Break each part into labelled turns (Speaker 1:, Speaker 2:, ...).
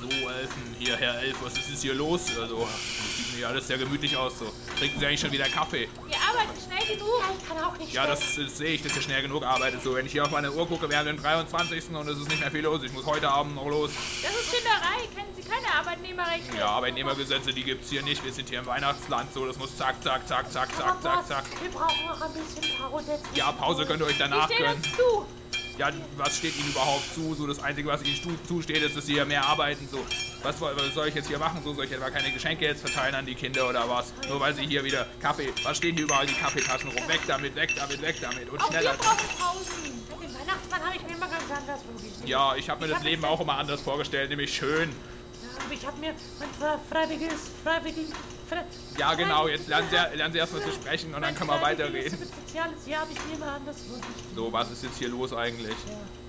Speaker 1: du Elfen, hier, Herr Elf, was ist, ist hier los? Also, das sieht mir ja alles sehr gemütlich aus. So. Trinken Sie eigentlich schon wieder Kaffee?
Speaker 2: Wir arbeiten schnell genug.
Speaker 3: Ja, ich kann auch nicht
Speaker 1: Ja,
Speaker 3: schnell.
Speaker 1: das, das sehe ich, dass ihr schnell genug arbeitet. So, wenn ich hier auf meine Uhr gucke, wir haben den 23. und es ist nicht mehr viel los. Ich muss heute Abend noch los.
Speaker 2: Das ist Schinderei. Kennen Sie keine Arbeitnehmerrechte?
Speaker 1: Ja, Arbeitnehmergesetze, die gibt's hier nicht. Wir sind hier im Weihnachtsland. So, das muss zack, zack, zack, zack,
Speaker 3: Aber
Speaker 1: zack, zack,
Speaker 3: Boss,
Speaker 1: zack.
Speaker 3: Wir brauchen noch ein bisschen Paro jetzt.
Speaker 1: Ja, Pause könnt ihr euch
Speaker 2: Die
Speaker 1: danach
Speaker 2: stehen
Speaker 1: gönnen.
Speaker 2: uns zu.
Speaker 1: Ja, was steht Ihnen überhaupt zu? So, das Einzige, was Ihnen stu- zusteht, ist, dass Sie hier mehr arbeiten. So, was, soll- was soll ich jetzt hier machen? So, soll ich etwa keine Geschenke jetzt verteilen an die Kinder oder was? Nur weil Sie hier wieder Kaffee. Was stehen hier überall die Kaffeetassen rum? Weg damit, weg damit, weg damit. Und
Speaker 2: Auch wir
Speaker 1: schneller.
Speaker 2: brauchen Pausen.
Speaker 3: Mit dem Weihnachtsmann habe ich mir immer ganz anders vorgestellt.
Speaker 1: Ja, ich habe mir
Speaker 3: Ich
Speaker 1: das
Speaker 3: hab
Speaker 1: Leben
Speaker 3: jetzt-
Speaker 1: auch immer anders vorgestellt, nämlich schön.
Speaker 3: Aber ich habe mir mein fre- freiwilliges, freiwilliges, fre
Speaker 1: Ja, genau, jetzt lernen Sie, lernen Sie erstmal zu sprechen und dann können wir weiterreden.
Speaker 3: Soziales Jahr habe ich mir immer anders vorgestellt.
Speaker 1: So, was ist jetzt hier los eigentlich?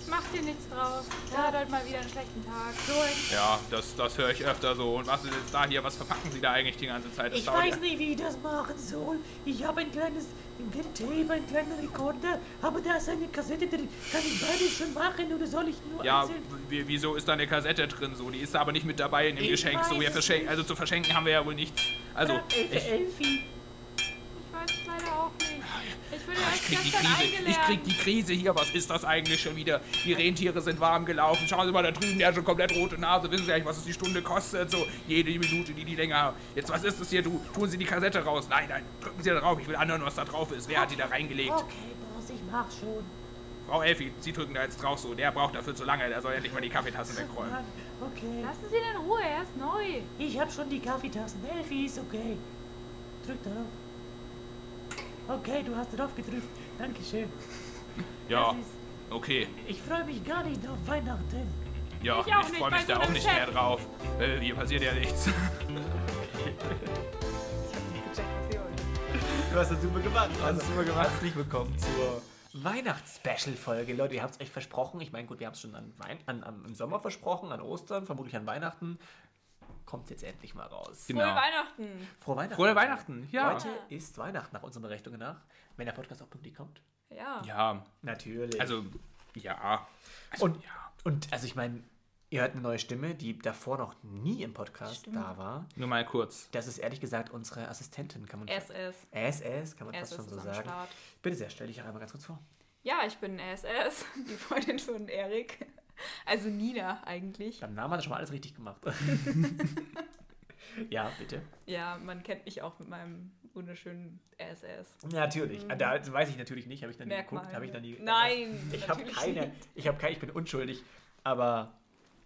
Speaker 2: Macht dir nichts draus. Der hat heute mal wieder einen schlechten Tag. So,
Speaker 1: Ja, das, das höre ich öfter so. Und was ist jetzt da hier? Was verpacken Sie da eigentlich die ganze Zeit? Das
Speaker 3: Ich
Speaker 1: dauert ja-
Speaker 3: weiß nicht, wie ich das machen soll. Ich habe ein kleines, im Tape, ein kleiner Rekorder, aber da ist eine Kassette drin. Kann ich beides schon machen oder soll ich nur
Speaker 1: Ja,
Speaker 3: einzeln?
Speaker 1: w- wieso ist da eine Kassette drin so? Die ist da aber nicht mit dabei in dem
Speaker 3: Ich
Speaker 1: Geschenk. So,
Speaker 3: weiß
Speaker 1: wir
Speaker 3: es
Speaker 1: verschenken,
Speaker 3: nicht.
Speaker 1: also zu verschenken haben wir ja wohl nichts. Also,
Speaker 3: Äh, Elfi,
Speaker 1: ich,
Speaker 3: Elfi.
Speaker 2: ich weiß es leider auch nicht. Ich würde
Speaker 1: Ah, ich
Speaker 2: euch
Speaker 1: krieg die
Speaker 2: gestern
Speaker 1: Krise. Ich krieg die Krise hier. Was ist das eigentlich schon wieder? Die Rentiere sind warm gelaufen. Schauen Sie mal da drüben, der hat schon komplett rote Nase. Wissen Sie eigentlich, was es die Stunde kostet? So, jede Minute, die die länger haben. Jetzt, was ist das hier? Du, tun Sie die Kassette raus. Nein, nein, drücken Sie da drauf. Ich will anhören, was da drauf ist. Wer hat die da reingelegt?
Speaker 3: Okay, Boss, ich mach schon.
Speaker 1: Frau Elfi, Sie drücken da jetzt drauf so. Der braucht dafür zu lange. Der soll endlich mal die Kaffeetassen wegräumen.
Speaker 3: Mann, Okay.
Speaker 2: Lassen Sie ihn in Ruhe, er ist neu.
Speaker 3: Ich hab schon die Kaffeetassen. Elfi ist okay. Drück drauf. Okay, du hast drauf gedrückt. Dankeschön.
Speaker 1: Ja,
Speaker 3: Das ist-
Speaker 1: okay.
Speaker 3: Ich freue mich gar nicht auf Weihnachten.
Speaker 1: Ja,
Speaker 2: Ich auch
Speaker 1: ich
Speaker 2: nicht,
Speaker 1: freue
Speaker 2: bei
Speaker 1: mich
Speaker 2: so
Speaker 1: da auch
Speaker 2: einem
Speaker 1: nicht
Speaker 2: Chat.
Speaker 1: mehr drauf. Äh, hier passiert ja nichts.
Speaker 4: Du hast das super gemacht.
Speaker 5: Hast
Speaker 4: Also,
Speaker 5: du super gemacht.
Speaker 4: Herzlich willkommen zur Weihnachts-Special-Folge. Leute, ihr habt es euch versprochen. Ich meine, gut, wir haben es schon an Wein an, an, im Sommer versprochen, an Ostern, vermutlich an Weihnachten. Kommt jetzt endlich mal raus.
Speaker 1: Genau.
Speaker 2: Frohe Weihnachten.
Speaker 4: Frohe Weihnachten.
Speaker 1: Frohe Weihnachten, ja.
Speaker 4: Heute ist Weihnachten nach unseren Berechnungen nach, wenn der Podcast auch pünktlich kommt.
Speaker 2: Ja.
Speaker 1: Ja,
Speaker 4: Natürlich.
Speaker 1: also, ja.
Speaker 4: und,
Speaker 1: ja.
Speaker 4: und also ich meine, ihr hört eine neue Stimme, die davor noch nie im Podcast da war.
Speaker 1: Nur mal kurz.
Speaker 4: Das ist ehrlich gesagt unsere Assistentin, kann man
Speaker 2: SS.
Speaker 4: SS, kann man
Speaker 2: SS
Speaker 4: fast schon
Speaker 2: ist
Speaker 4: so
Speaker 2: am
Speaker 4: sagen.
Speaker 2: Start.
Speaker 4: Bitte sehr, stell dich auch einmal ganz kurz vor.
Speaker 2: Ja, ich bin SS, die Freundin von Erik. Also Nina eigentlich.
Speaker 4: Beim Namen hat er schon mal alles richtig gemacht. ja, bitte.
Speaker 2: Ja, man kennt mich auch mit meinem wunderschönen SS.
Speaker 4: Natürlich. Da das weiß ich natürlich nicht, habe ich dann nie
Speaker 2: Mhm. Merkmal.
Speaker 4: geguckt, habe ich dann nie.
Speaker 2: Nein,
Speaker 4: Ich habe
Speaker 2: natürlich
Speaker 4: keine,
Speaker 2: nicht.
Speaker 4: ich habe keine, ich bin unschuldig, aber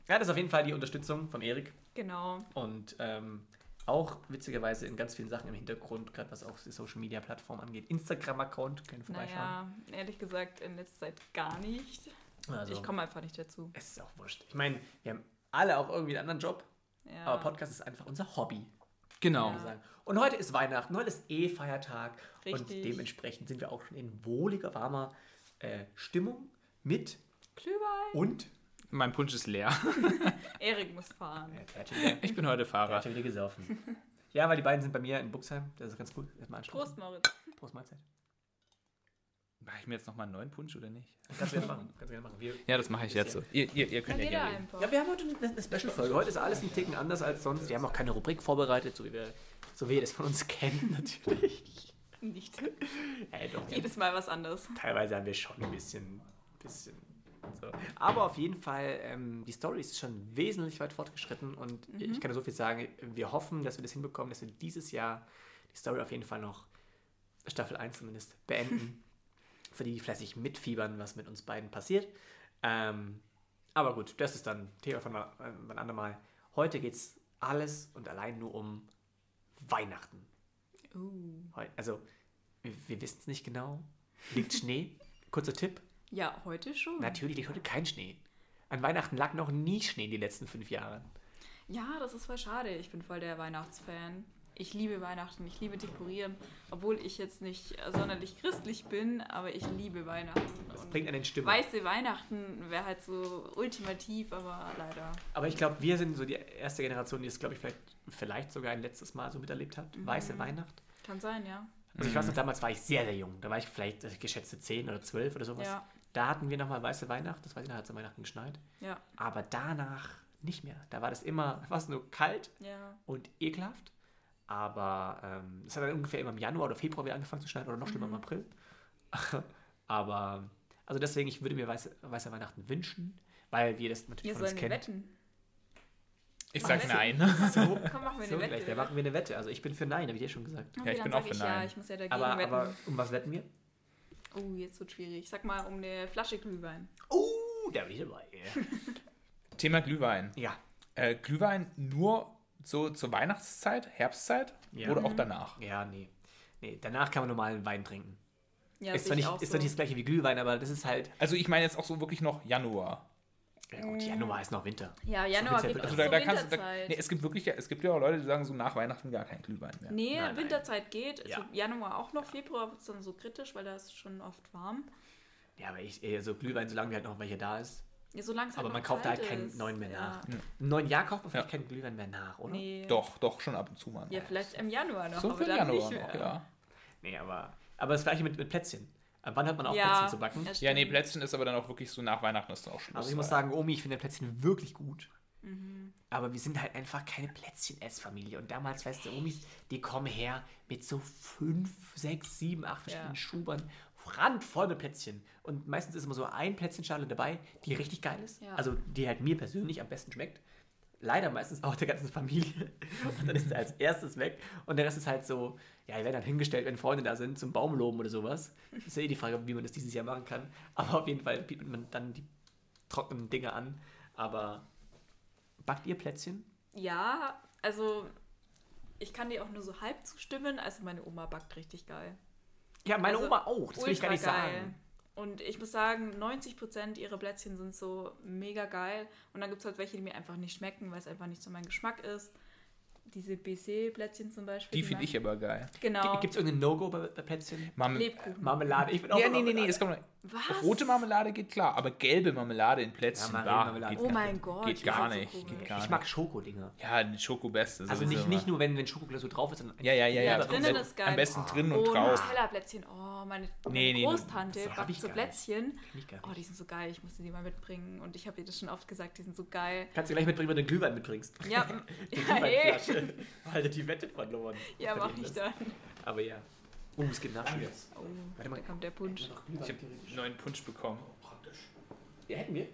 Speaker 4: ja, das ist auf jeden Fall die Unterstützung von Erik
Speaker 2: Genau.
Speaker 4: und ähm, auch witzigerweise in ganz vielen Sachen im Hintergrund, gerade was auch die Social Media Plattform angeht. Instagram Account können vorbeischauen.
Speaker 2: Naja, ehrlich gesagt, in letzter Zeit gar nicht.
Speaker 4: Also,
Speaker 2: Ich komme einfach nicht dazu.
Speaker 4: es ist auch wurscht. Ich meine, wir haben alle auch irgendwie einen anderen Job,
Speaker 2: Ja.
Speaker 4: aber Podcast ist einfach unser Hobby.
Speaker 1: Genau.
Speaker 4: sagen. Und heute ist Weihnachten, heute ist eh Feiertag und
Speaker 2: Richtig.
Speaker 4: dementsprechend sind wir auch schon in wohliger, warmer äh, Stimmung mit
Speaker 2: Glühwein.
Speaker 4: und
Speaker 1: Mein Punsch ist leer.
Speaker 2: Erik muss fahren.
Speaker 4: ja, der hat schon wieder,
Speaker 1: Ich bin heute
Speaker 4: der hat
Speaker 1: Fahrer.
Speaker 4: schon wieder gesoffen. Ja, weil die beiden sind bei mir in Buxheim, das ist ganz cool. Erstmal anstoßen.
Speaker 2: Prost, Moritz.
Speaker 4: Prost Mahlzeit.
Speaker 1: Mache ich mir jetzt nochmal einen neuen Punsch oder nicht?
Speaker 4: Kannst du gerne machen. Kannst du gerne machen. Wir,
Speaker 1: Ja, das mache ich jetzt so. Ihr, ihr, ihr
Speaker 2: Kann
Speaker 1: könnt ja
Speaker 2: jeder
Speaker 1: gerne. reden.
Speaker 2: einfach.
Speaker 4: ja, wir haben heute eine, eine Special-Folge. Heute ist alles ein Ticken anders als sonst. Wir haben auch keine Rubrik vorbereitet, so wie wir, so wie ihr das von uns kennt, natürlich.
Speaker 2: Nicht.
Speaker 4: Hey, doch, ja.
Speaker 2: Jedes Mal was anderes.
Speaker 4: teilweise haben wir schon ein bisschen, bisschen so. Aber auf jeden Fall, ähm, die Story ist schon wesentlich weit fortgeschritten und ich kann nur so viel sagen, wir hoffen, dass wir das hinbekommen, dass wir dieses Jahr die Story auf jeden Fall noch, Staffel 1 zumindest, beenden. Für die, die fleißig mitfiebern, was mit uns beiden passiert. Ähm, aber gut, das ist dann Thema von mal- äh, wann andermal. Heute geht es alles und allein nur um Weihnachten. Heu- Also, wir, wir wissen es nicht genau. Liegt Schnee? Kurzer Tipp.
Speaker 2: Ja, heute schon.
Speaker 4: Natürlich liegt heute kein Schnee. An Weihnachten lag noch nie Schnee in den letzten fünf Jahren.
Speaker 2: Ja, das ist voll schade. Ich bin voll der Weihnachtsfan. Ich liebe Weihnachten, ich liebe dekorieren, obwohl ich jetzt nicht äh, sonderlich christlich bin, aber ich liebe Weihnachten.
Speaker 4: Das
Speaker 2: Und
Speaker 4: bringt einen in Stimmung.
Speaker 2: Weiße Weihnachten wäre halt so ultimativ, aber leider.
Speaker 4: Aber ich glaube, wir sind so die erste Generation, die es, glaube ich, vielleicht, vielleicht sogar ein letztes Mal so miterlebt hat. Weiße Weihnacht.
Speaker 2: Kann sein, ja.
Speaker 4: Also ich weiß noch, damals war ich sehr, sehr jung. Da war ich vielleicht äh, geschätzte zehn oder zwölf oder sowas.
Speaker 2: Ja.
Speaker 4: Da hatten wir nochmal weiße Weihnacht. Das weiß ich noch, hat es an Weihnachten geschneit.
Speaker 2: Ja.
Speaker 4: Aber danach nicht mehr. Da war das immer, war es nur kalt
Speaker 2: Ja.
Speaker 4: und ekelhaft. Aber ähm, das hat dann ungefähr immer im Januar oder Februar wieder angefangen zu schneiden oder noch schlimmer
Speaker 2: Mhm.
Speaker 4: im April. Aber, also deswegen, ich würde mir Weiße, Weiße Weihnachten wünschen, weil wir das natürlich
Speaker 2: Ihr
Speaker 4: von uns
Speaker 2: sollen
Speaker 4: kennen.
Speaker 2: wetten.
Speaker 1: Ich
Speaker 2: Machen
Speaker 1: sag
Speaker 2: wir
Speaker 1: nein.
Speaker 4: So,
Speaker 2: Komm, machen wir
Speaker 4: so
Speaker 2: eine
Speaker 4: gleich, da
Speaker 2: Wette.
Speaker 4: machen wir eine Wette. Also ich bin für Nein, habe ich dir schon gesagt.
Speaker 2: Okay,
Speaker 1: ich
Speaker 2: dann
Speaker 1: bin
Speaker 2: sag
Speaker 1: auch
Speaker 2: ich
Speaker 1: für
Speaker 2: ja,
Speaker 1: Nein.
Speaker 2: ich muss ja dagegen
Speaker 4: Aber,
Speaker 2: wetten.
Speaker 4: aber um was wetten wir?
Speaker 2: oh, jetzt wird schwierig. Ich sag mal um eine Flasche Glühwein.
Speaker 4: Oh, da bin ich dabei.
Speaker 1: Thema Glühwein.
Speaker 4: ja.
Speaker 1: Äh, Glühwein nur so zur Weihnachtszeit, Herbstzeit
Speaker 4: Ja.
Speaker 1: oder auch danach?
Speaker 4: Ja, nee. nee. Danach kann man normalen Wein trinken.
Speaker 2: Ja,
Speaker 4: ist
Speaker 2: sehe
Speaker 4: zwar
Speaker 2: ich
Speaker 4: nicht,
Speaker 2: auch
Speaker 4: ist
Speaker 2: so.
Speaker 4: zwar nicht das gleiche wie Glühwein, aber das ist halt.
Speaker 1: Also ich meine jetzt auch so wirklich noch Januar.
Speaker 4: Ja gut, Januar ist noch Winter.
Speaker 2: Ja, Januar
Speaker 4: Winter-
Speaker 2: gibt es
Speaker 1: Also
Speaker 4: Also
Speaker 1: da,
Speaker 2: so
Speaker 1: da kannst du. Da,
Speaker 2: Winterzeit.
Speaker 1: nee, es gibt wirklich, ja- es gibt ja auch Leute, die sagen so nach Weihnachten gar kein Glühwein mehr.
Speaker 2: Nee,
Speaker 4: Nein, nein.
Speaker 2: Winterzeit geht.
Speaker 4: Ja.
Speaker 2: Also Januar auch noch, Februar wird es dann so kritisch, weil da ist es schon oft warm.
Speaker 4: Ja, aber ich, eh, so Glühwein, solange wie halt noch welcher da ist.
Speaker 2: Ja, solange es
Speaker 4: Aber
Speaker 2: halt
Speaker 4: man
Speaker 2: noch
Speaker 4: kauft da
Speaker 2: kalt
Speaker 4: halt keinen
Speaker 2: ist.
Speaker 4: neuen mehr
Speaker 2: ja.
Speaker 4: nach. Im neuen Jahr kauft man vielleicht
Speaker 1: Ja.
Speaker 4: keinen Glühwein mehr nach, oder? Nee,
Speaker 2: Nee.
Speaker 1: Ne? Doch, doch, schon ab und zu mal.
Speaker 2: Ja, vielleicht im Januar noch.
Speaker 1: so
Speaker 2: aber
Speaker 1: für den
Speaker 2: dann
Speaker 1: Januar
Speaker 2: nicht
Speaker 1: noch,
Speaker 2: mehr.
Speaker 1: ja.
Speaker 4: aber, aber das gleiche mit, mit Plätzchen. Ab wann hat man auch
Speaker 2: Ja,
Speaker 4: Plätzchen zu backen?
Speaker 2: das
Speaker 1: Ja, nee,
Speaker 2: stimmt.
Speaker 1: Plätzchen ist aber dann auch wirklich so nach Weihnachten ist dann auch Schluss. halt.
Speaker 4: Also ich muss
Speaker 1: weil-
Speaker 4: sagen, Omi, ich finde Plätzchen wirklich gut.
Speaker 2: Mhm.
Speaker 4: Aber wir sind halt einfach keine Plätzchen-Essfamilie. Und damals, weißt du, Omis, die kommen her mit so fünf, sechs, sieben, acht verschiedenen Schubern, randvoll mit Plätzchen. Und meistens ist immer so ein Plätzchenschale dabei, die richtig geil ist.
Speaker 2: Ja.
Speaker 4: Also die halt mir persönlich am besten schmeckt. Leider meistens auch der ganzen Familie. Und dann ist er als erstes weg. Und der Rest ist halt so, ja, die werden dann hingestellt, wenn Freunde da sind, zum Baumloben oder sowas. Ist ja eh die Frage, wie man das dieses Jahr machen kann. Aber auf jeden Fall bietet man dann die trockenen Dinge an. Aber backt ihr Plätzchen?
Speaker 2: Ja, also ich kann dir auch nur so halb zustimmen. Also meine Oma backt richtig geil.
Speaker 4: Ja, meine
Speaker 2: Also,
Speaker 4: Oma auch. Das will ich gar nicht
Speaker 2: ultra geil.
Speaker 4: sagen.
Speaker 2: Und ich muss sagen, 90% ihrer Plätzchen sind so mega geil. Und dann gibt es halt welche, die mir einfach nicht schmecken, weil es einfach nicht so mein Geschmack ist. Diese BC-Plätzchen zum Beispiel.
Speaker 1: Die finde
Speaker 2: mag-
Speaker 1: ich aber geil.
Speaker 2: Genau.
Speaker 4: Gibt es irgendein No-Go bei, bei Plätzchen?
Speaker 1: Mam
Speaker 2: Lebkuchen.
Speaker 4: Marmelade. Ich bin auch
Speaker 1: ja,
Speaker 4: für
Speaker 1: nee, nee, nee,
Speaker 4: Marmelade.
Speaker 1: es kommt.
Speaker 2: Was?
Speaker 1: Rote Marmelade geht klar, aber gelbe Marmelade in Plätzchen,
Speaker 4: Ja,
Speaker 1: ja,
Speaker 4: Marillenmarmelade.
Speaker 2: Oh mein Gott.
Speaker 1: geht
Speaker 2: die
Speaker 1: gar
Speaker 2: sind
Speaker 1: nicht,
Speaker 2: So
Speaker 1: geht
Speaker 2: komisch.
Speaker 1: gar
Speaker 4: Ich mag Schokodinger.
Speaker 1: Ja, ein Schokobeste.
Speaker 4: Also nicht, nicht nur, wenn, wenn Schokoklausur drauf ist, sondern
Speaker 1: Ja, ja, ja, ja.
Speaker 4: aber
Speaker 2: drinnen
Speaker 4: komplett-
Speaker 2: ist geil.
Speaker 1: Am besten drin und
Speaker 2: Oh,
Speaker 1: drauf.
Speaker 2: Nutella-Plätzchen. Oh, meine, meine
Speaker 1: Nee, nee,
Speaker 2: Großtante
Speaker 4: das hab
Speaker 2: backt
Speaker 4: ich
Speaker 2: so
Speaker 4: gar nicht.
Speaker 2: Plätzchen.
Speaker 4: ich gar
Speaker 2: Oh, die sind so geil. Ich musste die mal mitbringen. Und ich habe ihr das schon oft gesagt, die sind so geil.
Speaker 4: Kannst du gleich mitbringen, wenn du den Glühwein mitbringst.
Speaker 2: Ja,
Speaker 4: Die halt
Speaker 2: ja, ey.
Speaker 4: Glühweinflasche. Weil du die Wette verloren.
Speaker 2: ja mach
Speaker 4: verdient
Speaker 2: ich
Speaker 4: hast.
Speaker 2: dann.
Speaker 4: Aber ja. Oh, es gibt Nachschub.
Speaker 2: Oh,
Speaker 4: Warte mal.
Speaker 2: da kommt der Punsch.
Speaker 1: Ich habe einen neuen Punsch bekommen.
Speaker 4: Oh, Ja, hätten wir.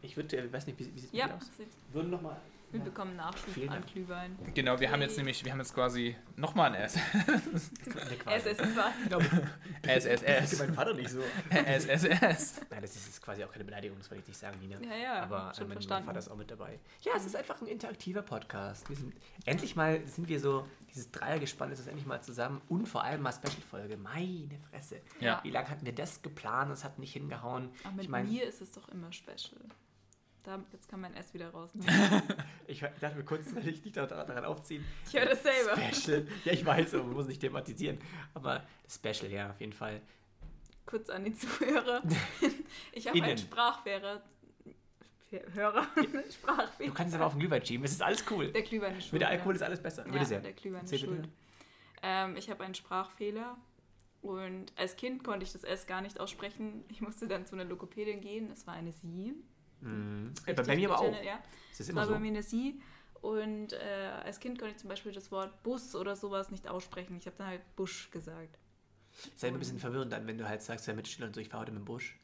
Speaker 4: Ich würde, äh, weiß nicht, wie, wie sieht es
Speaker 2: Ja,
Speaker 4: mit dir aus?
Speaker 2: sieht's-
Speaker 4: Würden nochmal.
Speaker 2: wir bekommen Nachschub
Speaker 4: Vielen
Speaker 2: an
Speaker 4: Dank.
Speaker 2: Glühwein.
Speaker 1: Genau, wir haben
Speaker 2: Yay.
Speaker 1: jetzt nämlich, wir haben jetzt quasi nochmal ein S.
Speaker 2: Es ist wahr.
Speaker 1: S, S,
Speaker 4: Äh, ist
Speaker 1: S.
Speaker 4: mein Vater nicht so.
Speaker 1: S, S, S.
Speaker 4: Nein, das ist jetzt quasi auch keine Beleidigung, das wollte ich nicht sagen, Nina.
Speaker 2: Ja, ja,
Speaker 4: Aber äh,
Speaker 2: schon
Speaker 4: mein, mein
Speaker 2: verstanden. Mhm.
Speaker 4: Vater ist auch mit dabei. Ja, es ist einfach ein interaktiver Podcast. Wir sind, endlich mal sind wir so, dieses Dreiergespann ist uns endlich mal zusammen und vor allem mal Special-Folge. Meine Fresse.
Speaker 1: Ja.
Speaker 4: Wie lange hatten wir das geplant? Es hat nicht hingehauen.
Speaker 2: Ach, mit
Speaker 4: ich meine,
Speaker 2: mir ist es doch immer special. Da, jetzt kann mein S wieder rausnehmen.
Speaker 4: ich dachte mir kurz, dass ich dich daran, daran aufziehen.
Speaker 2: Ich höre das selber.
Speaker 4: Special. Ja, ich weiß, aber man muss nicht thematisieren. Aber Special, ja, auf jeden Fall.
Speaker 2: Kurz an die Zuhörer. Ich habe
Speaker 4: Innen.
Speaker 2: einen Sprachfehrer. Hörer. Sprachfehler.
Speaker 4: Du kannst es aber auf den Glühwein schieben. Es ist alles cool.
Speaker 2: Der Glühwein ist schuld.
Speaker 4: Mit der
Speaker 2: ja.
Speaker 4: Alkohol ist alles besser.
Speaker 2: ja,
Speaker 4: Bitte sehr.
Speaker 2: Der Glühwein
Speaker 4: Erzähl
Speaker 2: ist
Speaker 4: bitte.
Speaker 2: schuld. Ähm, ich habe einen Sprachfehler und als Kind konnte ich das S gar nicht aussprechen. Ich musste dann zu einer Logopädin gehen. Es war eine Sie.
Speaker 4: Mhm. Äh, Bei, bei mir aber auch.
Speaker 2: Ja,
Speaker 4: Es ist
Speaker 2: es
Speaker 4: immer
Speaker 2: war
Speaker 4: so.
Speaker 2: bei mir eine Sie. Und äh, als Kind konnte ich zum Beispiel das Wort Bus oder sowas nicht aussprechen. Ich habe dann halt Busch gesagt.
Speaker 4: Ist halt ein
Speaker 2: Mhm.
Speaker 4: bisschen verwirrend dann, wenn du halt sagst, ja, Mitschüler und so, ich war heute mit dem Busch.